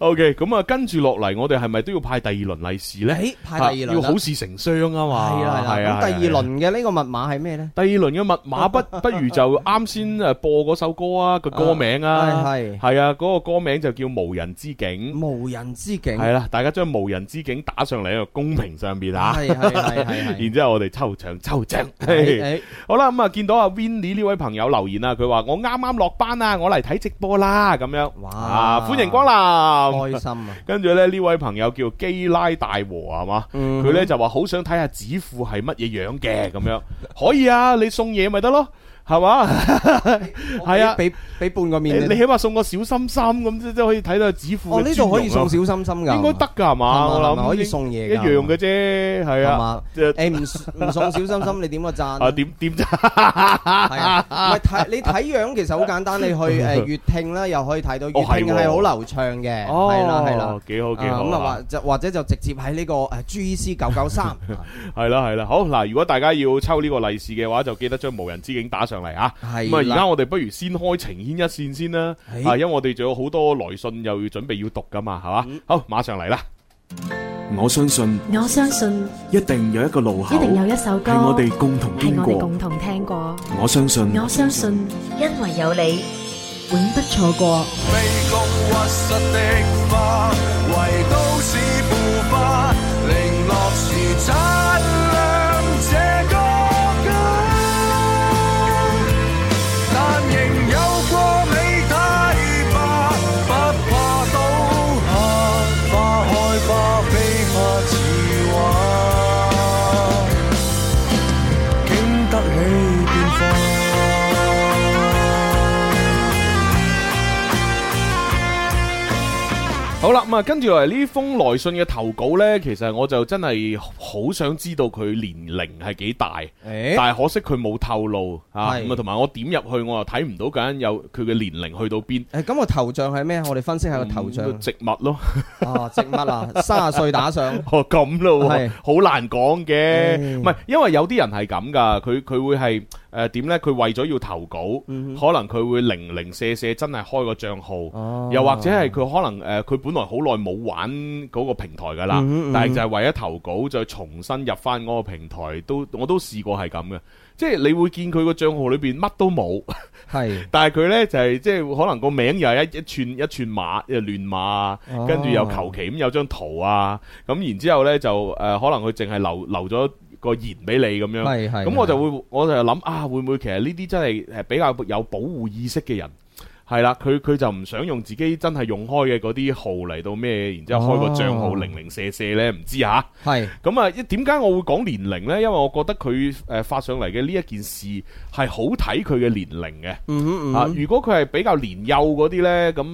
OK，咁啊跟住落嚟，我哋係咪都要派第二輪利是咧？誒，派第二輪啦要好事成雙啊嘛，係啦係係啦，啊咁第係啊二輪嘅呢個密碼係咩呢？第二輪嘅密 碼不不如就啱先誒播嗰首歌啊個歌名啊，係係係啊嗰個歌名就叫《無人之境》境。無人之境系啦，大家將無人之境打上嚟一個公屏上 边吓，係係係係係然之后我哋抽獎抽獎。係係好啦，咁啊見到阿 Winnie 呢位朋友留言啦，佢話我啱啱落班啊，我嚟睇直播啦，咁樣啊，歡迎光臨，開心啊！跟住咧呢位朋友叫基拉大和係嘛，嗯佢咧就話好想睇下指父係乜嘢樣嘅咁樣，可以啊，你送嘢咪得咯，係 嘛，係啊。俾俾半個面你你起碼送個小心心咁，即即可以睇到指父哦，呢度可以送小心心。心㗎，啊應該得㗎係係嘛？嘛我係嘛諗可以送嘢㗎一樣嘅啫，係係啊嘛。即係 誒唔唔送小心心，你點個贊啊點點咋？係啊，唔係 睇你睇樣其實好簡單，你去誒月聽啦，又可以睇到月係聽喎係好流暢嘅，哦係啦係啦，幾好幾啊好咁啊啊或就或者就直接喺呢個誒 G E C 九九 三，係啦係啦。好嗱，如果大家要抽呢個利是嘅話，就記得將無人之境打上嚟啊。係咁啊，而啦哎家我哋不如先開情牽一線先啦，係啊，因為我哋仲有好多來信又要準備要讀㗎嘛，係嗯嘛？好，馬上嚟啦。我相信我相信一定有一個路口，一定有一首歌係我哋共同係經我哋過。共同聽過。我相信我相信，因為有你，永不錯過。卑躬屈膝的花，為都市腐化，零落時擦亮這個家。但仍有過美太吧，不怕倒下，花開花飛花似畫，經得起變好啦，咁啊，跟住落嚟呢封來信嘅投稿呢，其實我就真係好想知道佢年齡係幾大，誒但係可惜佢冇透露啊。係咁啊，同埋我點入去我又睇唔到緊有佢嘅年齡去到邊。嗯誒咁個頭像係咩？我哋分析下個頭像植物咯，啊植物啊，三十歲打上。哦咁咯喎係，好難講嘅，嗯唔係因為有啲人係咁噶，佢佢會係誒點呢？佢為咗要投稿，嗯可能佢會零零舍舍真係開個帳號， 哦又或者係佢可能誒佢本來好耐冇玩嗰個平台噶啦，嗯哼嗯哼但係就係為咗投稿再重新入翻嗰個平台，都我都試過係咁嘅，即係你會見佢個帳號裏邊乜都冇。係但係佢呢，就係即係可能個名又係一一串一串碼誒亂碼啊哦，跟住又求其咁有張圖啊，咁然之後呢，就誒、呃可能佢淨係留留咗個言俾你咁係樣，係咁我就會我就諗啊，會唔會其實呢啲真係誒比較有保護意識嘅人？係啦，佢佢就唔想用自己真係用開嘅嗰啲號嚟到咩，然之後開個帳號哦零零舍舍呢，唔知吓。係咁啊，一點解我會講年齡呢？因為我覺得佢誒、呃、發上嚟嘅呢一件事係好睇佢嘅年齡嘅。嗯啊嗯，如果佢係比較年幼嗰啲呢，咁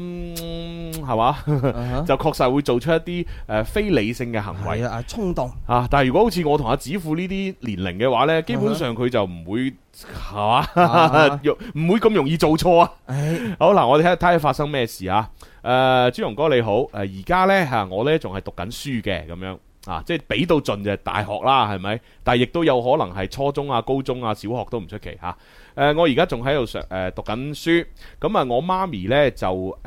嗯係嘛， 嗯，就確實會做出一啲誒、呃非理性嘅行為係啊衝動啊。但係如果好似我同阿子富呢啲年齡嘅話呢，基本上佢就唔會係嘛 啊，容唔會咁容易做錯啊。誒好嗱，我哋睇下睇下發生咩事啊！誒、朱容哥你好，誒而家呢，嚇我呢仲係讀緊書嘅咁樣啊，即係俾到盡就係大學啦，係咪？但係亦都有可能係初中啊、高中啊、小學都唔出奇嚇。誒、我而家仲喺度上誒讀緊書，咁啊，我媽咪呢就誒、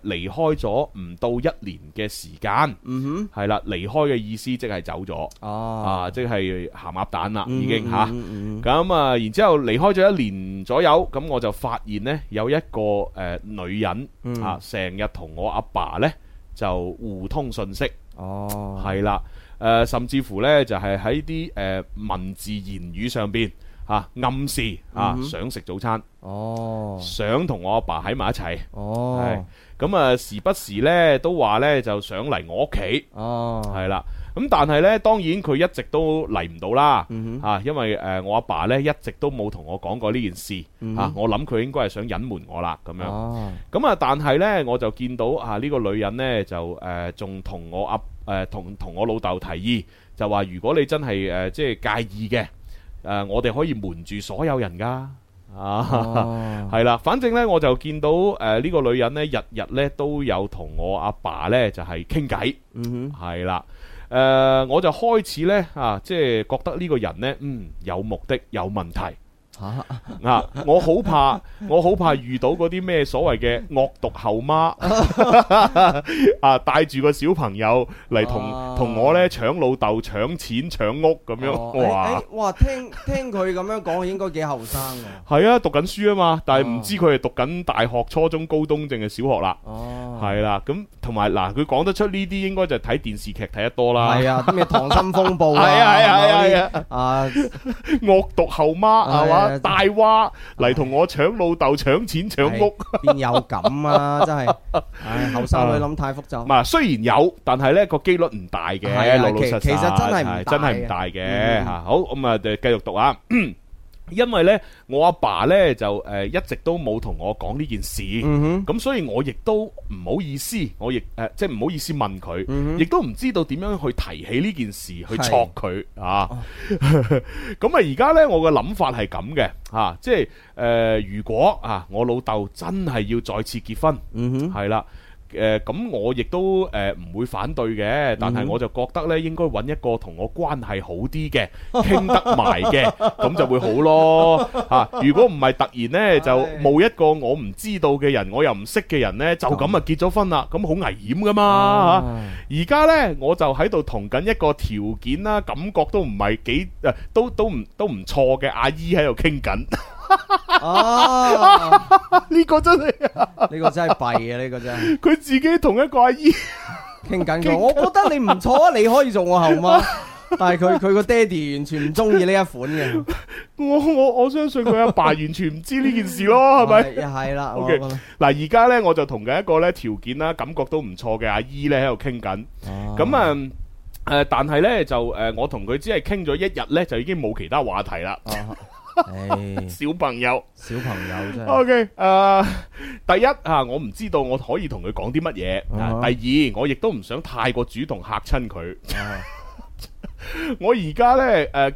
離開咗唔到一年嘅時間，嗯係啦，離開嘅意思即係走咗哼哦啊，即係鹹鴨蛋啦，嗯已經嚇。嗯嗯嗯咁啊，然之後離開咗一年左右，咁我就發現呢，有一個誒、呃女人、嗯啊，成日同我阿爸呢就互通信息，哦係啦、呃甚至乎呢就係喺啲誒文字言語上邊啊暗示啊、嗯哼想食早餐，哦想同我阿爸喺埋一齊，係哦咁啊時不時呢都話呢就想嚟我屋企。哦係啦。咁但係呢，當然佢一直都嚟唔到啦，嗯啊，因為誒、呃我阿爸呢一直都冇同我講過呢件事，嗯啊，我諗佢應該係想隱瞞我啦，咁樣。 哦咁啊，但係呢，我就見到啊呢、個女人呢，就誒仲同我阿誒同同我老豆提議，就話如果你真係誒、呃即係介意嘅，誒、呃我哋可以瞞住所有人㗎。啊，哦係啦、反正呢，我就見到呃誒呢、個女人呢，日日呢都有同我阿爸呢，就係傾偈。嗯係啦。誒、我就開始呢，啊，即係覺得呢個人呢，嗯，有目的，有問題。哼啊！我好怕，我好怕遇到嗰啲咩所謂嘅惡毒後媽 啊，帶住個小朋友嚟啊同同我咧搶老豆、搶錢、搶屋咁樣，哇！哦哇，聽聽佢咁樣講，應該幾後生㗎。係啊，讀緊書啊嘛，但係哦唔知佢係讀緊大學、初中、高中定係小學啦。哦，係啦，咁同埋嗱，佢講得出呢啲，應該就係睇電視劇睇得多啦。係啊，啲咩溏心風暴啊，係啊係啊係啊嗰啲啊，惡毒後媽係嘛，大娃嚟同我搶老豆、搶錢、搶屋，邊有咁 啊？真係，唉，後生女諗太複雜。唔係，雖然有，但係咧個機率唔大嘅，係啊老老實實其其實真係唔大嘅真係唔大嘅嗯嚇。好，咁啊，就繼續讀啊。 因為咧，我阿爸咧就誒、呃一直都冇同我講呢件事，咁、嗯所以我亦都唔好意思，我亦誒、呃即係唔好意思問佢，亦、嗯哼都唔知道點樣去提起呢件事去係哦戳佢啊。 咁啊，而家呢，我嘅諗法係咁嘅嚇，即係誒、呃如果啊，我老豆真係要再次結婚，係啦、誒咁、我亦都誒唔、會反對嘅，但係嗯哼我就覺得呢應該揾一個同我關係好啲嘅，傾得埋嘅，咁就會好咯嚇、如果唔係突然呢，就冇一個我唔知道嘅人，我又唔識嘅人呢，就咁啊結咗婚啦，咁好危險噶哦嘛嚇。而家呢，我就喺度同緊一個條件啦，感覺都唔係幾誒，都都唔都唔錯嘅阿姨喺度傾緊。 啊，呢個真係，呢個真係弊啊！呢個真係佢自己同一個阿姨傾緊 佢，我覺得你唔錯啊，你可以做我後媽。但係佢佢個爹哋完全唔中意呢一款嘅，我我我相信佢阿爸完全唔知呢件 事咯，係咪？又係 啦。我覺 OK 得嗱，而家呢，我就同緊一個呢條件啦，感覺都唔錯嘅阿姨呢喺度傾緊。咁啊誒、但係呢，就誒、我同佢只係傾咗一日呢，就已經冇其他話題啦。唉，小朋友。小朋友 真 O 係 K，誒，第一 啊，我唔知道我可以同佢講啲乜嘢。啊第二，我亦都唔想太過主動嚇親佢。啊 我而家呢，誒、呃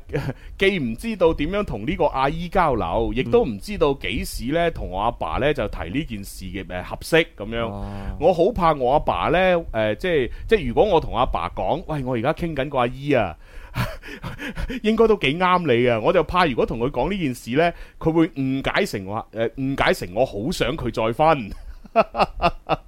既唔知道點樣同呢個阿姨交流，亦都唔知道幾時呢同我阿爸呢就提呢件事嘅誒呃合適咁樣。哦我好怕我阿爸呢，誒、即係即係如果我同阿爸講，喂，我而家傾緊個阿姨啊。應該都幾啱你啊！我就怕如果同佢講呢件事呢，佢會誤解成話誒、誤解成我好想佢再婚。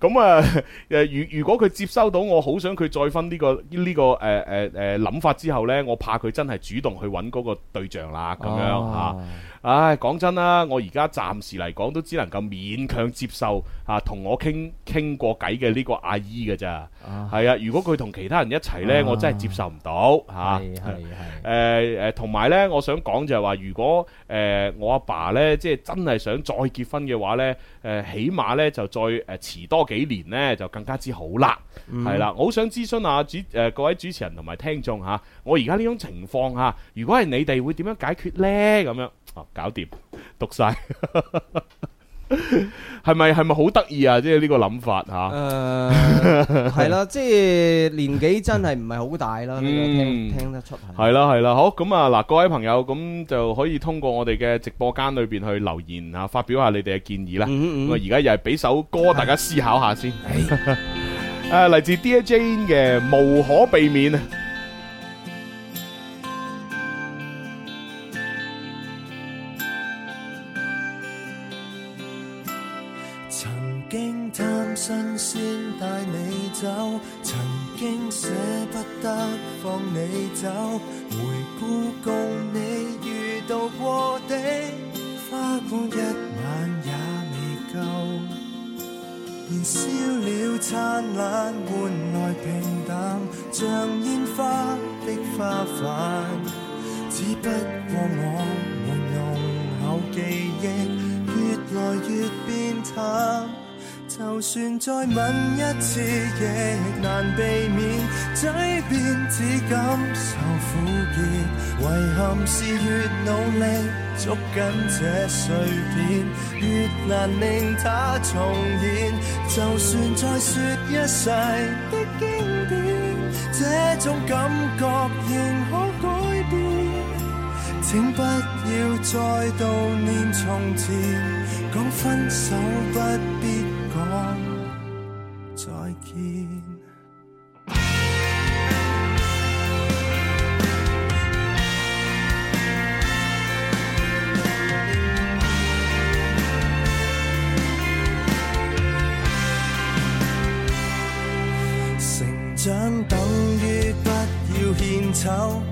咁啊誒，如如果佢接收到我好想佢再婚呢、個呢、個誒誒誒諗法之後呢，我怕佢真係主動去揾嗰個對象啦，咁樣嚇。哦唉，講真啦，我而家暫時嚟講都只能夠勉強接受啊，同我傾傾過偈嘅呢個阿姨嘅咋，係啊。如果佢同其他人一齊呢，我真係接受唔到嚇。係係係 誒誒，呃同埋呢，我想講就係話，如果誒我阿爸呢，即係真係想再結婚嘅話呢，誒起碼呢就再誒遲多幾年呢，就更加之好啦。係啦，我好想諮詢下主誒各位主持人同埋聽眾嚇，我而家呢種情況嚇，如果係你哋會點樣解決呢？咁樣哦，搞掂，讀晒。 係咪係咪好得意啊？即係呢個諗法嚇，啊誒係 啦，即係年紀真係唔係好大啦，呢個嗯聽聽得出係。係啦係啦，好咁啊嗱，各位朋友咁就可以通過我哋嘅直播間裏邊去留言啊，發表下你哋嘅建議啦。嗯嗯咁啊，而家又係俾首歌大家思考下先。 誒，嚟自 Dear Jane 嘅《無可避免》啊。曾經貪新鮮帶你走，曾經捨不得放你走。回顧共你遇到過的花光一晚也未夠，燃燒了燦爛，換來平淡，像煙花的花瓣。只不過我們濃厚記憶。越來越變淡。就算再吻一次，亦難避免嘴邊只感受苦澀。遺憾是越努力捉緊這碎片，越難令它重現。就算再說一世的經典，這種感覺仍可改變。請不要再悼念從前，講分手不必講再見。丑，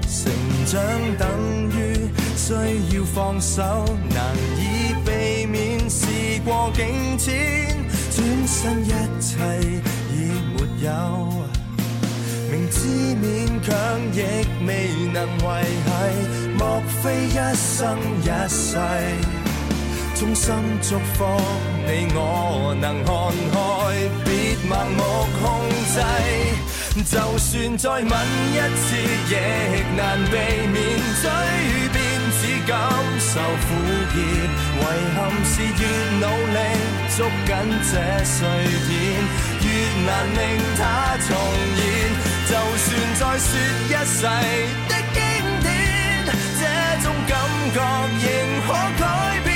成長等於需要放手，難以避免事過境遷，轉身一切已沒有。明知勉強亦未能維繫，莫非一生一世？衷心祝福你我能看開，別盲目控制。就算再吻一次，亦難避免嘴邊只感受苦澀。遺憾是越努力捉緊這碎片，越難令它重現。就算再說一世的經典，這種感覺仍可改變。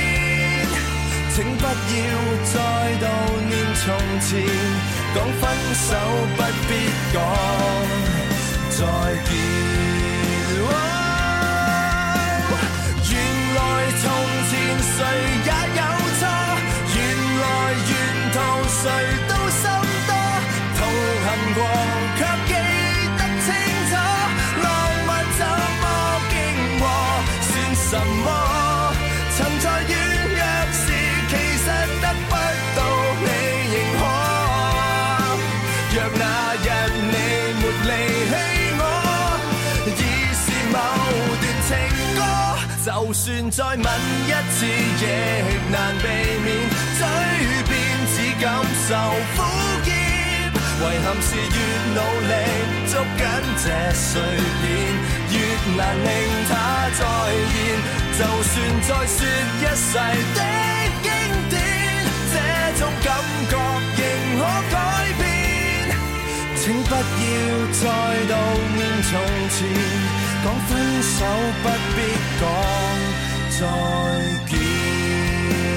請不要再悼念從前，講分手不必講再見。原來從前誰也有錯，原來沿途誰都心多，痛恨過卻記得清楚，浪漫怎麼經過，算什麼？曾在軟弱時，其實得不到你認可。若那日你沒離棄我，已是某段情歌。就算再吻一次，亦難避免嘴邊只感受苦澀。遺憾是越努力捉緊這碎片，越難令它再現。就算再說一世的經典，這種感覺仍可改變。請不要再悼念從前，講分手不必講再見。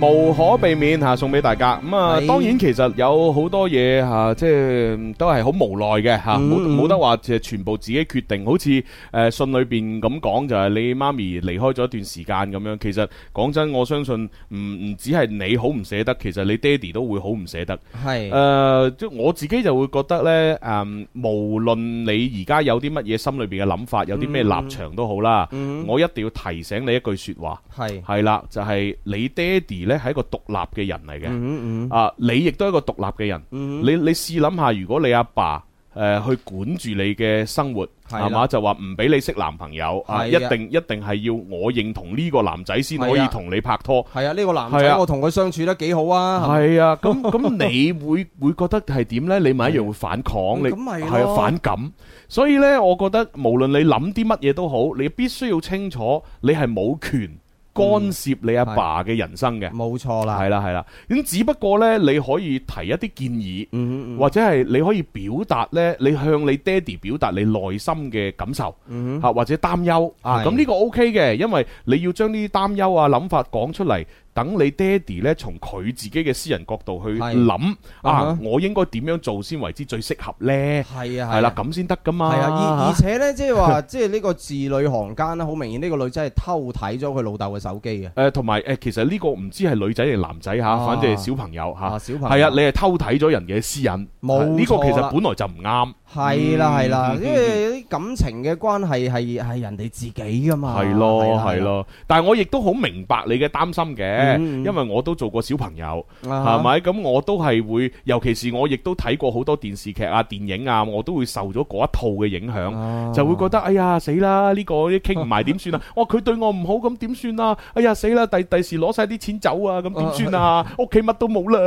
無可避免嚇送俾大家。咁啊，係當然其實有好多嘢嚇，即係都係好無奈嘅嚇，冇嗯冇得話就全部自己決定。好似誒信裏邊咁講，就係你媽咪離開咗一段時間咁樣。其實講真，我相信唔唔只係你好唔捨得，其實你爹哋都會好唔捨得。係誒，即係我自己就會覺得呢，誒，無論你而家有啲乜嘢心裏邊嘅諗法，有啲咩嗯立場都好啦，我一定要提醒你一句説話。係係啦，就係、你爹哋呢係一個獨立嘅人嚟嘅，嗯嗯啊，你亦都係一個獨立嘅人。嗯你你試諗下，如果你阿爸誒、呃去管住你嘅生活，係啦係嘛？就話唔俾你識男朋友，啊，一係啊定一定係要我認同呢個男仔先可係以啊同你拍拖。係啊，呢個男係仔啊我同佢相處得幾好啊，係咪係啊，咁 咁你會會覺得係點呢？你咪一樣會反抗，你咁咪咯係啊反感。所以呢，我覺得無論你諗啲乜嘢都好，你必須要清楚，你係冇權干涉你阿爸嘅人生嘅。冇錯啦，係啦係啦，咁只不過呢，你可以提一啲建嗯議，或者係你可以表達呢，你向你爹哋表達你內心嘅感受，嚇或者擔憂啊，嗯係咁呢個 O K 嘅，因為你要將呢啲擔憂啊諗法講出嚟。等你爹哋呢，從佢自己嘅私人角度去係諗啊啊哈，我應該點樣做先為之最適合呢？係啊，係啦，。咁先得噶嘛。係啊，而而嚇且咧，即係話， 即係呢個字裏行間啦，好明顯呢個女仔係偷睇咗佢老豆嘅手機嘅。誒同埋誒，其實呢個唔知係女仔定男仔嚇，啊反正係小朋友嚇啊，。小朋係友啊，你係偷睇咗人嘅私隱，冇呢個其錯實啦本來就唔啱。係啦係啦，嗯因為啲感情嘅關係係係人哋自己噶嘛。係咯，啊係啦啊係。咯，但係我亦都好明白你嘅擔心嘅，嗯嗯因為我都做過小朋友，啊係咪？咁我都係會，尤其是我亦都睇過好多電視劇啊、電影啊，我都會受咗嗰一套嘅影響，啊就會覺得哎呀死啦，呢個傾唔埋 點算啊？哦，佢對我唔好咁點算啊？哎呀死啦，第第時攞晒啲錢走啊，咁哦點算啊？屋企乜都冇啦，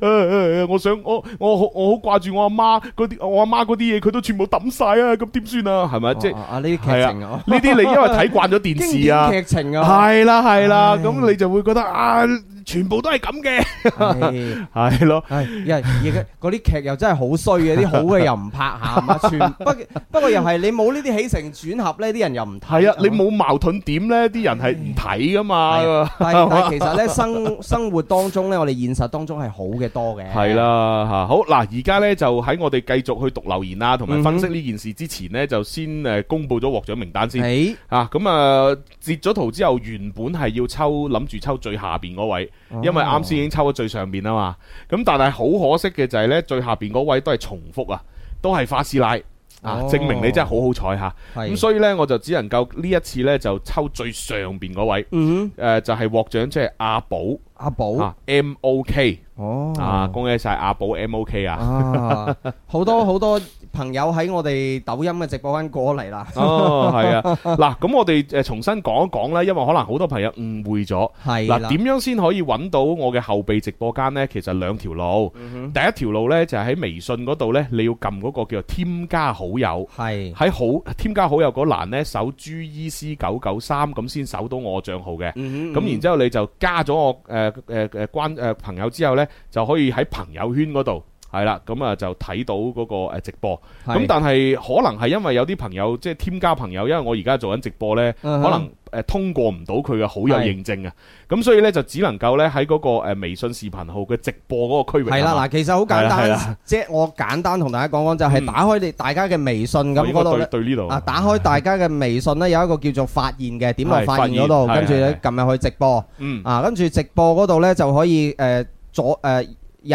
呃我想我我好我好掛住我阿媽嗰啲，我阿媽嗰啲嘢佢都全部抌晒啊，咁點算啊？係咪？即係啊啊呢啲劇係啊情啊，呢啲你因為睇慣咗電視啊 經典，劇情啊，係啦係啦，唉咁你就會覺得啊，全部都係咁嘅，係係咯，係而而家嗰啲劇又真係好衰嘅，啲好嘅又唔拍下，係嘛全不不過又係你冇呢啲起承轉合呢啲人又唔睇。係啊，你冇矛盾點呢？啲人係唔睇噶嘛。但係啊但係其實咧生 生活當中咧，我哋現實當中係好嘅多嘅。係啦吓，好嗱，而家呢，就喺我哋繼續去讀留言啊，同埋分析呢件事之前呢，就先誒公佈咗獲獎名單先。啊，咁啊截咗圖之後，原本係要抽諗住抽最下邊嗰位，哦因為啱先已經抽咗最上邊啊嘛。咁但係好可惜嘅就係呢，最下邊嗰位都係重複啊，都係花師奶。啊！哦證明你真係好好彩嚇，係咁所以呢，我就只能夠呢一次呢，就抽最上邊嗰位，誒、就係獲獎即係阿寶，阿寶啊 M O K，哦啊恭喜晒阿寶 M O K 啊啊， 好多好多朋友喺我哋抖音嘅直播間過嚟啦。 哦，係啊，嗱，咁我哋誒重新講一講啦，因為可能好多朋友誤會咗。係啦嗱，點樣先可以揾到我嘅後備直播間呢？其實兩條路，嗯第一條路呢，就係喺微信嗰度呢，你要撳嗰個叫做添加好友，係喺好添加好友嗰欄呢，搜 GEC 九九三咁先搜到我賬號嘅。嗯哼咁然之後你就加咗我呃誒誒誒關誒朋友之後呢，就可以喺朋友圈嗰度。係啦，咁啊就睇到嗰個誒直播，係咁但係可能係因為有啲朋友即係添加朋友，因為我而家做緊直播呢，嗯哼可能誒通過唔到佢嘅好友認證啊，咁所以呢，就只能夠呢喺嗰個誒微信視頻號嘅直播嗰個區域係啦，嗱，其實好簡係啦係單啦，即係我簡單同大家講講，就係打開你大家嘅微信我咁應該嗰度對咧，對呢度啊，打開大家嘅微信咧，有一個叫做發現嘅，點落係發發現現嗰度，係跟住係咧撳入去直播，嗯啊，跟住直播嗰度咧就可以誒左誒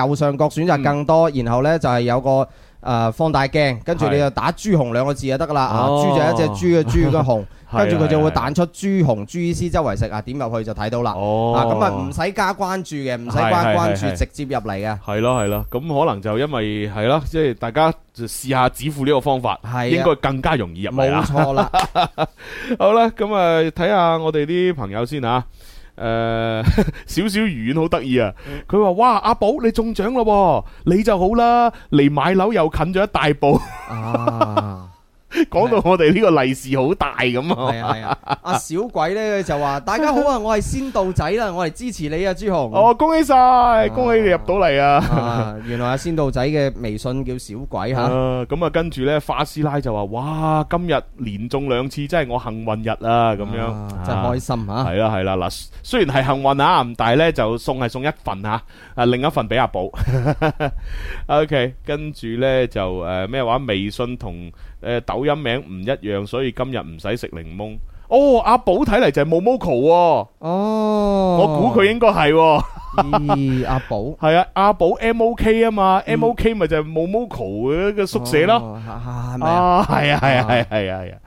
右上角嗯選擇更多，然後咧就係有個。誒放大鏡，跟住你係就打朱紅兩個字就得噶啦，啊哦，朱就 一隻豬嘅豬嘅紅係啊跟住佢就係會係彈出朱紅朱醫師周圍食啊，點入去就睇到啦，啊咁啊唔使加關注嘅，唔使哦係加係關係係注，直接入嚟嘅。係咯係咯，咁可能就因為係啦，即係大家就試下指付呢個方法，係啊應該更加容易入嚟啊啦冇錯 啦。好啦，咁啊睇下我哋啲朋友先吓。誒、 少少魚丸好得意啊！嗯佢話：哇，阿寶你中獎咯喎，你就好啦，離買樓又近咗一大步。 啊！講到我哋呢個利是好大咁啊！係啊係啊！阿小鬼咧就話：大家好啊，我係仙道仔啦，我嚟支持你啊，朱紅。哦，恭喜晒，恭喜你入到嚟啊！原來阿仙道仔嘅微信叫小鬼吓。 啊咁啊，跟住呢，花師奶就話：哇，今日連中兩次，真係我幸運日啊！咁樣真係開心啊係啦係啦，嗱，雖然係幸運啊，但係呢就送係送一份吓，啊另一份俾阿寶。OK，跟住呢就誒咩話？微信同誒抖音名唔一樣，所以今日唔使食檸檬。哦，阿寶睇嚟就係 Momoko 喎。哦，我估佢應該係喎。 咦，阿寶係啊，阿寶 M O K 啊嘛，M O K 咪就係 Momoko 嘅嘅縮寫哦咯。係咪啊係啊，係啊，係啊，係啊，係啊。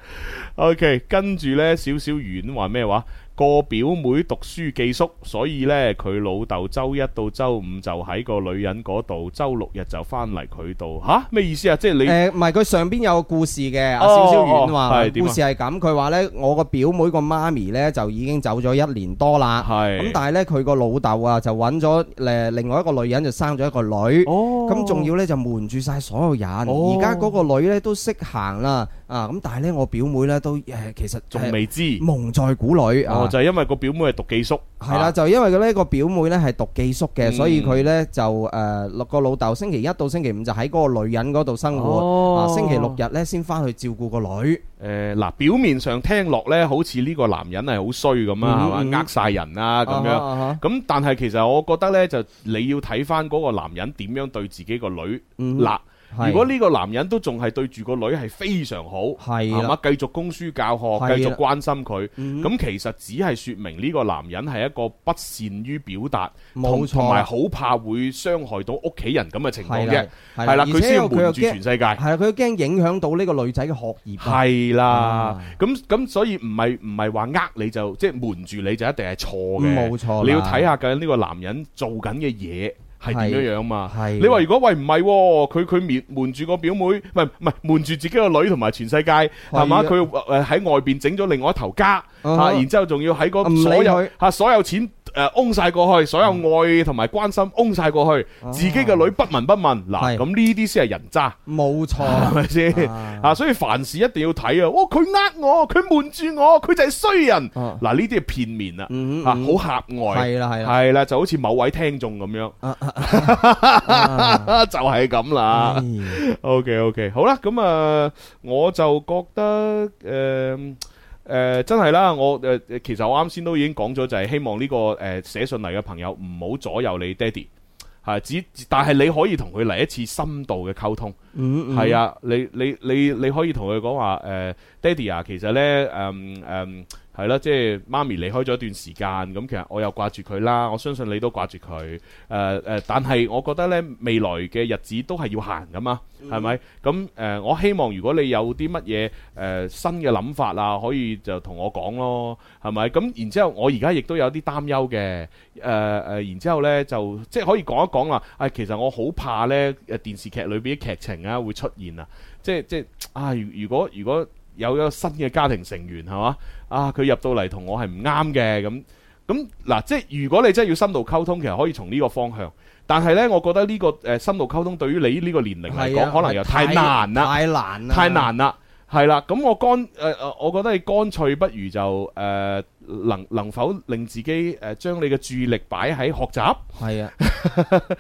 OK，跟住呢，少少遠話咩話？個表妹讀書寄宿，所以呢，佢老豆周一到周五就喺個女人嗰度，周六日就翻嚟佢度。吓咩意思啊？即係你誒，唔係佢上邊有個故事嘅，阿哦小小遠哦話係點啊故事係咁，佢話呢，我個表妹個媽咪呢，就已經走咗一年多啦，咁但係呢，佢個老豆啊就揾咗誒另外一個女人就生咗一個女，哦咁仲要呢，就瞞住晒所有人，哦而家嗰個女呢，都識行啦，啊咁但係呢，我表妹呢，都誒其實仲未知蒙在鼓裏啊哦，就係因為個表妹係讀寄宿。係啦，就因為佢呢個表妹呢係讀寄宿嘅，啊嗯所以佢呢就誒落個老豆星期一到星期五就喺嗰個女人嗰度生活，哦啊星期六日呢先翻去照顧個女。誒嗱、表面上聽落呢，好似呢個男人係好衰咁啊，係嗯嘛，呃晒人啊咁樣。咁、啊哈啊但係其實我覺得呢，就你要睇翻嗰個男人點樣對自己個女。嗯嗱、係如果呢個男人都仲係對住個女係非常好，係啦係嘛，繼續供書教係啦學，繼續關心佢，咁、嗯其實只係説明呢個男人係一個不善於表達，冇同錯同埋好怕會傷害到屋企人咁嘅情況係啦啫。係啦，佢先要瞞住全世界。係啦，佢又驚影響到呢個女仔嘅學業啊。係啦，咁咁所以唔係唔係話呃你就即係瞞住你就一定係錯嘅，冇錯啦你要睇下究竟呢個男人做緊嘅嘢。係點樣樣嘛？係你話如果喂唔係喎，佢佢瞞瞞住個表妹，唔係唔係瞞住自己個女同埋全世界係嘛？呃佢誒喺外邊整咗另外一頭家啊嚇，然之後仲要喺嗰唔理所有佢嚇所有錢誒擁晒過去，所有愛同埋關心擁晒過去，自己嘅女不聞不問，嗱咁呢啲先係人渣，冇錯，係咪先啊？所以凡事一定要睇啊！哦，佢呃我，佢瞞住我，佢就係衰人。啊嗱呢啲係片面啦，啊好狹隘，嗯係啦啊係啦係啊啦，就好似某位聽眾咁樣， 就係咁嗯啦。OK OK，好啦，咁啊，我就覺得誒。誒、真係啦，我誒、呃其實我啱先都已經講咗，就係希望呢、個誒、呃、寫信嚟嘅朋友唔好左右你爹哋。係只但係你可以同佢嚟一次深度嘅溝通，係、嗯嗯啊，你你你你可以同佢講話誒，爹哋啊，其實呢，誒誒係啦，即係媽咪離開咗一段時間，咁其實我又掛住佢啦，我相信你都掛住佢，誒、誒、但係我覺得呢，未來嘅日子都係要行噶嘛，嗯係咪？咁誒、我希望如果你有啲乜嘢誒新嘅諗法啊，可以就同我講咯，係咪？咁然之後，我而家亦都有啲擔憂嘅，誒、誒，呃然之後呢，就即係可以講一講啦。啊，其實我好怕呢誒電視劇裏邊啲劇情啊會出現啊，即係即係啊，如如果如果有一個新嘅家庭成員係嘛啊，佢入到嚟同我係唔啱嘅咁。咁嗱，即係如果你真係要深度溝通，其實可以從呢個方向。但係呢，我覺得呢、個誒、呃深度溝通對於你呢個年齡嚟係啊講，可能又太難啦，太難啦，太難啦，係啦。咁我乾誒、呃我覺得你乾脆不如就誒、呃能能否令自己誒、呃、將你嘅注意力擺喺學習？係 啊，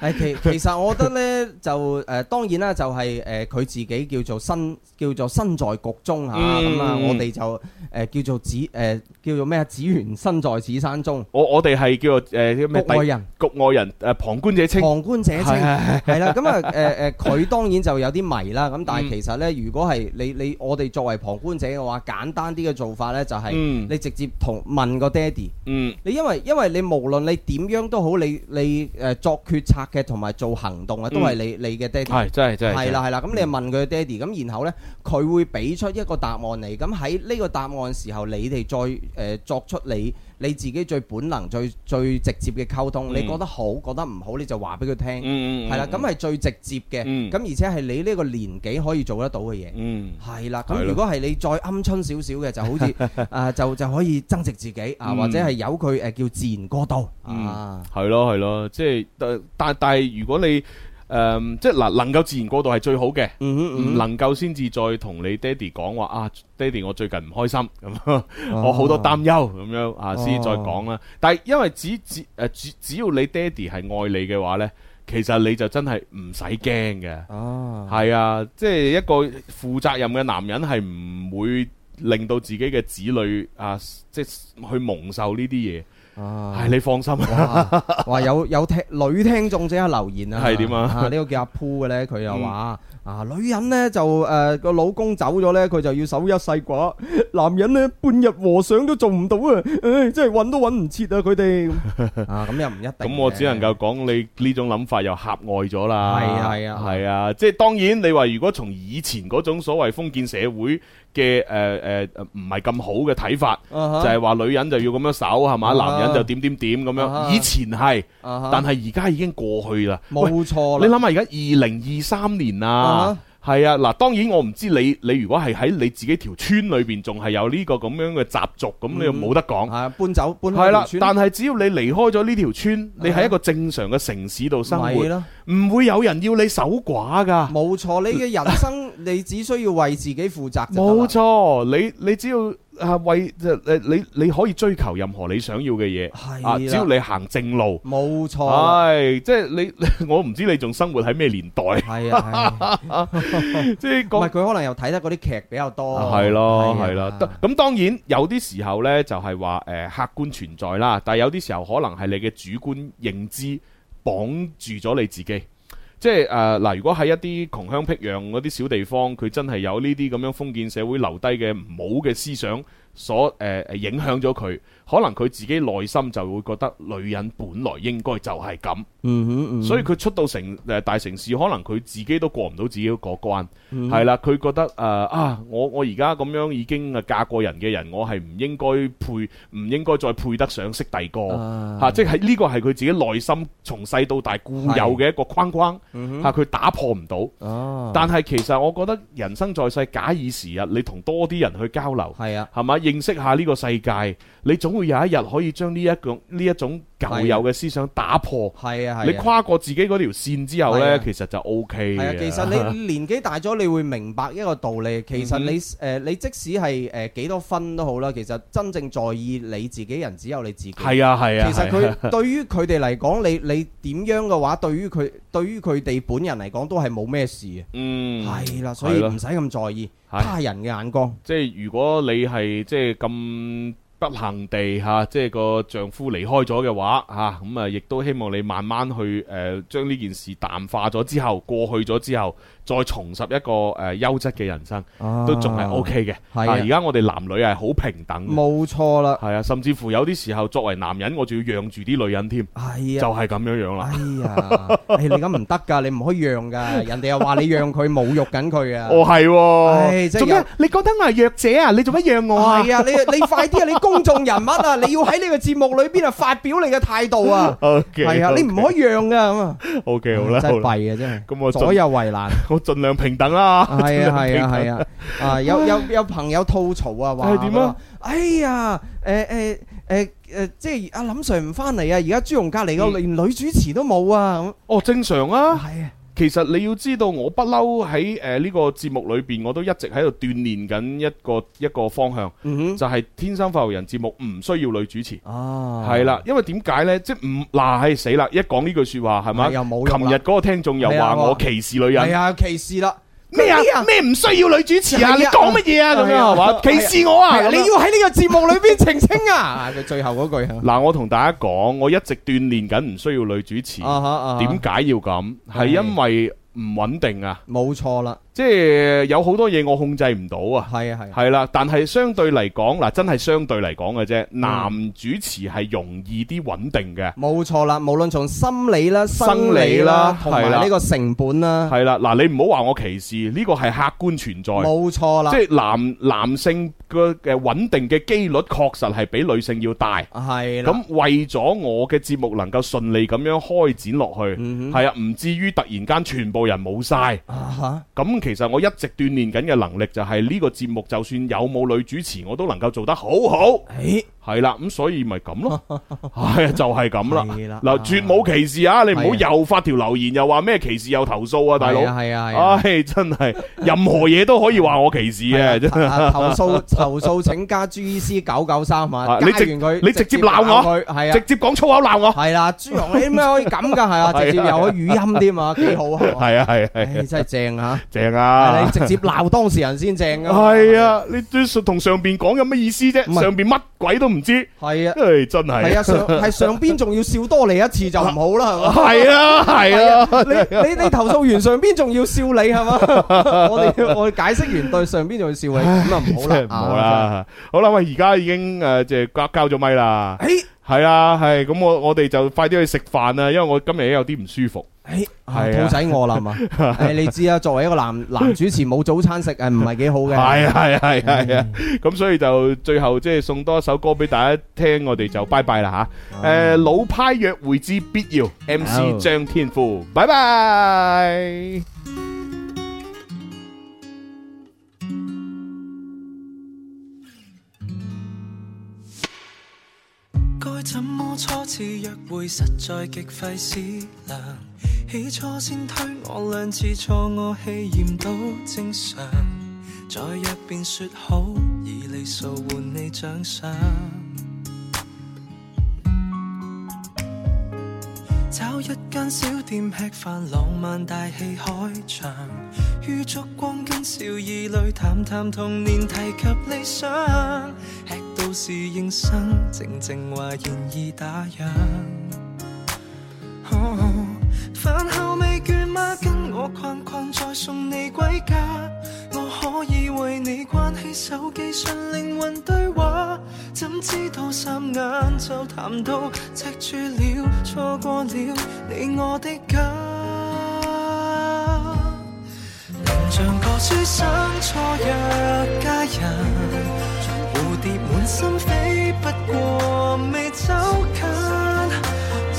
誒其其實我覺得呢，就誒、呃、當然啦，就係誒佢自己叫做身叫做身在局中嚇，嗯咁啊、我哋就誒、呃叫做子誒、呃叫做咩啊？子緣身在此山中。我我哋係叫做誒叫咩？局外人，局外人誒、呃旁觀者清。旁觀者清係係係嗯係啦，咁啊誒誒，佢當然就有啲迷啦。咁但係其實呢，如果係你你我哋作為旁觀者嘅話，簡單啲嘅做法呢，就係嗯你直接同問個爹哋。嗯你因為因為你無論你點樣都好，你你誒、呃作決策嘅同埋做行動啊，都係你、你嘅爹哋。嗯係真係真係嗯係啦係啦，咁你問佢爹哋，咁然後呢，佢會俾出一個答案你。咁喺呢個答案時候，你哋再誒、呃作出你你自己最本能、最最直接嘅溝通。嗯你覺得好，覺得唔好，你就話俾佢聽。嗯嗯嗯係啦，咁係啊最直接嘅。嗯咁而且係你呢個年紀可以做得到嘅嘢。嗯，係啦。係咁咯如果係你再鵪鶉少少嘅，就好似 啊就就可以增值自己啊，嗯或者係由佢誒叫自然過渡嗯啊。，係咯係咯，即係但但但係如果你誒即係嗱能夠自然過渡係最好嘅，唔能夠先至再同你爹哋講話啊，爹哋我最近唔開心咁，我好多擔憂咁樣啊，先再講啦。但係因為只只誒只只要你爹哋係愛你嘅話呢，其實你就真係唔使驚嘅。哦，係啊，即係一個負責任嘅男人係唔會令到自己嘅子女啊，即係去蒙受呢啲嘢。啊唉，你放心哇哇有有聽女聽眾即刻留言啊，係點啊嗯呢個叫阿 Poo 嘅咧，佢又話啊，女人呢就誒個老公走咗呢，佢就要守一世寡；男人呢，半日和尚都做唔到啊，唉，真係揾都揾唔切啊，佢 哋啊，咁又唔一定嘅。咁我只能夠講你呢種諗法又狹隘咗啦。係啊係啊係啊，即係當然你話如果從以前嗰種所謂封建社會嘅誒誒唔係咁好嘅睇法，啊哈就係話女人就要咁樣守係嘛，啊哈男人就點點點咁啊樣。哈以前係，啊哈但係而家已經過去啦。冇錯喂你諗下而家二零二三年啊啦哈。係啊，嗱，當然我唔知你你如果係喺你自己條村裏邊仲係有呢個咁樣嘅習俗，咁你又冇得講。啊，搬走搬係啦開條，村啊但係只要你離開咗呢條村，你喺一個正常嘅城市度生咪活咯，唔會有人要你守寡噶。冇錯，你嘅人 生你只需要為自己負責就得啦冇錯，你你只要啊為誒你你可以追求任何你想要嘅嘢，啦啊只要你行正路，冇錯啦。係即係你 我唔知你仲生活喺咩年代， 係啊，即係唔係佢可能又睇得嗰啲劇比較多，係咯，係啊咯。得咁當然有啲時候呢，就係話誒客觀存在啦，但係有啲時候可能係你嘅主觀認知綁住咗你自己。即係誒呃嗱，如果喺一啲窮鄉僻壤嗰啲小地方，佢真係有呢啲咁樣封建社會留低嘅唔好嘅思想所誒、呃影響咗佢，可能佢自己內心就會覺得女人本來應該就係咁。嗯哼嗯哼所以佢出到城誒、呃大城市，可能佢自己都過唔到自己嗰關，嗯係啦、佢覺得誒、呃啊，我我而家咁樣已經啊嫁過人嘅人，我係唔應該配，唔應該再配得上識第個嚇、啊啊即係呢個係佢自己內心從細到大固有嘅一個框框嗯哼嚇，佢、打破唔到。哦但係其實我覺得人生在世，假以時日，你同多啲人去交流，係啊，係嘛？亦認識下呢個世界，你總會有一日可以將呢一種呢一種舊有嘅思想打破。係啊係啊你跨過自己嗰條線之後係呢，啊其實就 O K 係啊，其實你年紀大咗，你會明白一個道理。其嗯實你誒、呃你即使係誒幾多分都好啦，其實真正在意你自己人只有你自己。 係啊係啊其實係啊佢 對於佢哋嚟講，你你點樣嘅話，對於佢對於佢哋本人嚟講都係冇咩事啊嘅。嗯，係啦，所以係咯唔使咁在意係他人嘅眼光。即係如果你係即係咁不幸地嚇、即係個丈夫離開咗嘅話嚇，咁啊，亦都希望你慢慢去誒、呃、將呢件事淡化咗之後，過去咗之後，再重拾一個誒、呃、優質嘅人生，啊都仲係 O K 嘅。係啊而家我哋男女係好平等嘅。冇錯啦，係啊，甚至乎有啲時候作為男人，我仲要讓住啲女人添，係啊就係咁樣樣啦。哎呀， 哎你咁唔得㗎，你唔可以讓㗎，人哋又話你讓佢侮辱緊佢啊！ 哦係喎唉真係做咩有你覺得我係弱者啊？你做乜讓我啊？係啊，你你快啲啊！你公眾人物啊，你要喺呢個節目裏邊啊發表你嘅態度啊！ OK，係啊，你唔可以讓噶咁啊！ O K 好啦，真係好啦弊啊，真係。咁我盡左右為難，我盡量平等啦。係 啊係啊係啊！啊有有有朋友吐槽啊，話係點啊？哎呀，誒誒誒誒，即係阿林 Sir 唔翻嚟啊！而家朱紅隔離個連女主持都冇啊！咁哦，正常嗯啊。係啊。其實你要知道，我不嬲喺誒呢個節目裏邊，我都一直喺度鍛鍊緊一個一個方向，嗯就係天生發育人節目唔需要女主持。哦係啦，因為點解呢？即係唔嗱係死啦！一講呢句説話係咪？係又冇用啦琴日嗰個聽眾又係啊話我歧視女人。係啊，歧視啦！咩啊？咩唔需要女主持啊？係啊你講乜嘢啊？咁樣係嘛？歧視我啊？係咁樣你要喺呢個節目裏邊澄清啊！ 佢最後嗰 句啊。嗱，我同大家講，我一直鍛鍊緊，唔需要女主持。啊哈啊哈點解要咁？係係因為唔穩定啊！冇錯啦，即係有好多嘢我控制唔到啊！係啊係啊係啦，但係相對嚟講，嗱，真係相對嚟講嘅啫。男主持係容易啲穩定嘅。冇錯啦，無論從心理啦、生生理理啦啦，同埋係啦呢個成本啦，係啦，嗱，你唔好話我歧視，呢個係客觀存在。冇錯啦即，係男男性嘅嘅穩定嘅機率確實係比女性要大。係啦，咁為咗我嘅節目能夠順利咁樣開展落去，嗯係啊、唔至於突然間全部人冇晒。啊嚇咁其實我一直鍛鍊緊嘅能力就係呢個節目，就算有冇女主持，我都能夠做得好誒好。係啦，咁所以咪咁咯， 係啊，就係咁係啦啦。嗱，絕冇歧視啊！你唔好係又發條留言又話咩歧視又投訴啊，大佬。係啊係啊係啊唉，真係任何嘢都可以話我歧視嘅，真啊係。投訴投訴請加 G C 九九三啊啊，加你完直佢，你直接鬧我佢，係直啊。接講粗口鬧我。係啦，朱紅你點解可以咁㗎？係 啊，直接有咗語音添啊，幾好啊！係啊係啊唉，係啊，真係正嚇，正啊！你直接鬧當事人先正啊！係啊，你對同上邊講有乜意思啫？唔係上邊乜鬼都唔知，係啊，唉，真係。係啊，上係上邊仲要笑多你一次就唔好啦，係嘛？係啊，係啊，你你你投訴完上邊仲要笑你係嘛？我哋我哋解釋完對上邊仲要笑你，咁啊唔好啦真係，唔好。啦。好啦，喂，而家已經誒，即係交交咗咪啦。誒係啊，係咁，我我哋就快啲去食飯啊啦，因為我今日有啲唔舒服。誒，啊係啊肚仔餓啦係 嘛？誒，你知啊，作為一個男男主持冇早餐食誒，唔係幾好嘅。係啊，係啊，係啊，係啊。咁所以就最後即係送多一首歌俾大家聽，我哋就拜拜啦吓。誒，老派約會之必要，MC 張天賦，拜拜。該怎麼初次約會實在極費思量，起初先推我兩次錯，我氣焰都正常。再約便説好，以你數換你獎賞。找一間小店吃飯，浪漫大戲開場，於燭光跟笑意裏談談童年，提及理想，吃到是應生，靜靜話現已打烊。哦飯後未倦嗎？跟我逛逛，再送你歸家。我可以為你關起手機，純靈魂對話。怎知道霎眼就談到赤柱了，錯過了你我的家。能像個書生錯約佳人。蝴蝶滿心飛，不過未走近。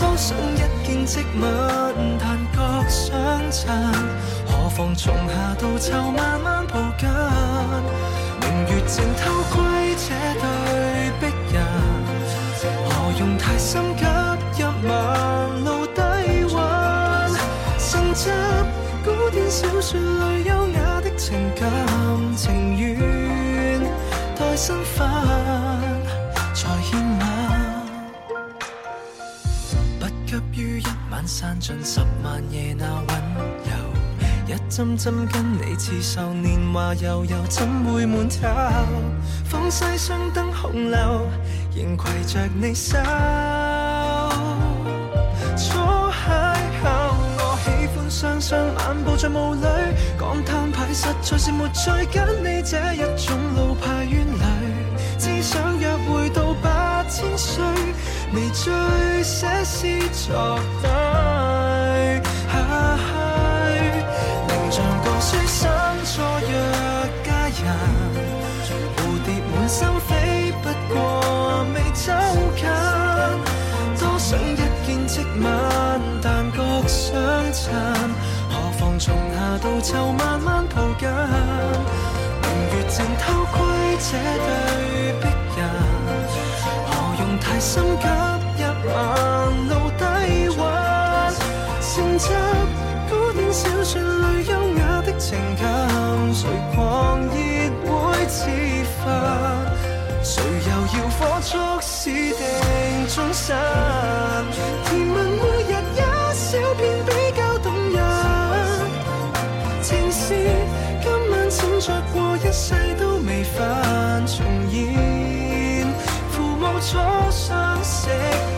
當想一見即吻，但覺相襯。何妨從夏到秋慢慢抱緊。明明月正偷窺這對璧人，何用太心急一晚露低溫？神執古典小説裏優雅的情感情願，待新婚才獻吻。不急於一晚散盡十萬夜那溫柔，一針針跟你刺繡，年華悠悠怎會滿透？仿西雙燈紅樓，仍攜着你手。初邂逅，我喜歡雙雙漫步在霧裏，講攤牌實在是沒趣，跟你這一種老派冤侶。只想約會到八千歲，微醉寫詩作對。靈像個書生錯約佳人，蝴蝶滿心飛，不過未走近。多想一見即吻，但覺相襯，何妨從夏到秋慢慢抱緊。明月正偷窺這對璧人，何用太心急一晚露底蘊？承襲古典小説裏優雅的情感，誰狂熱會自焚？誰又要火速使定終身？甜蜜每日一小片比較動人。情是今晚閃爍過，一世都未返重現，父母初相識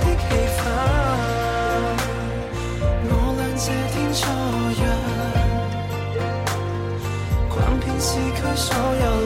的氣氛。我倆這天初約，逛遍市區所有。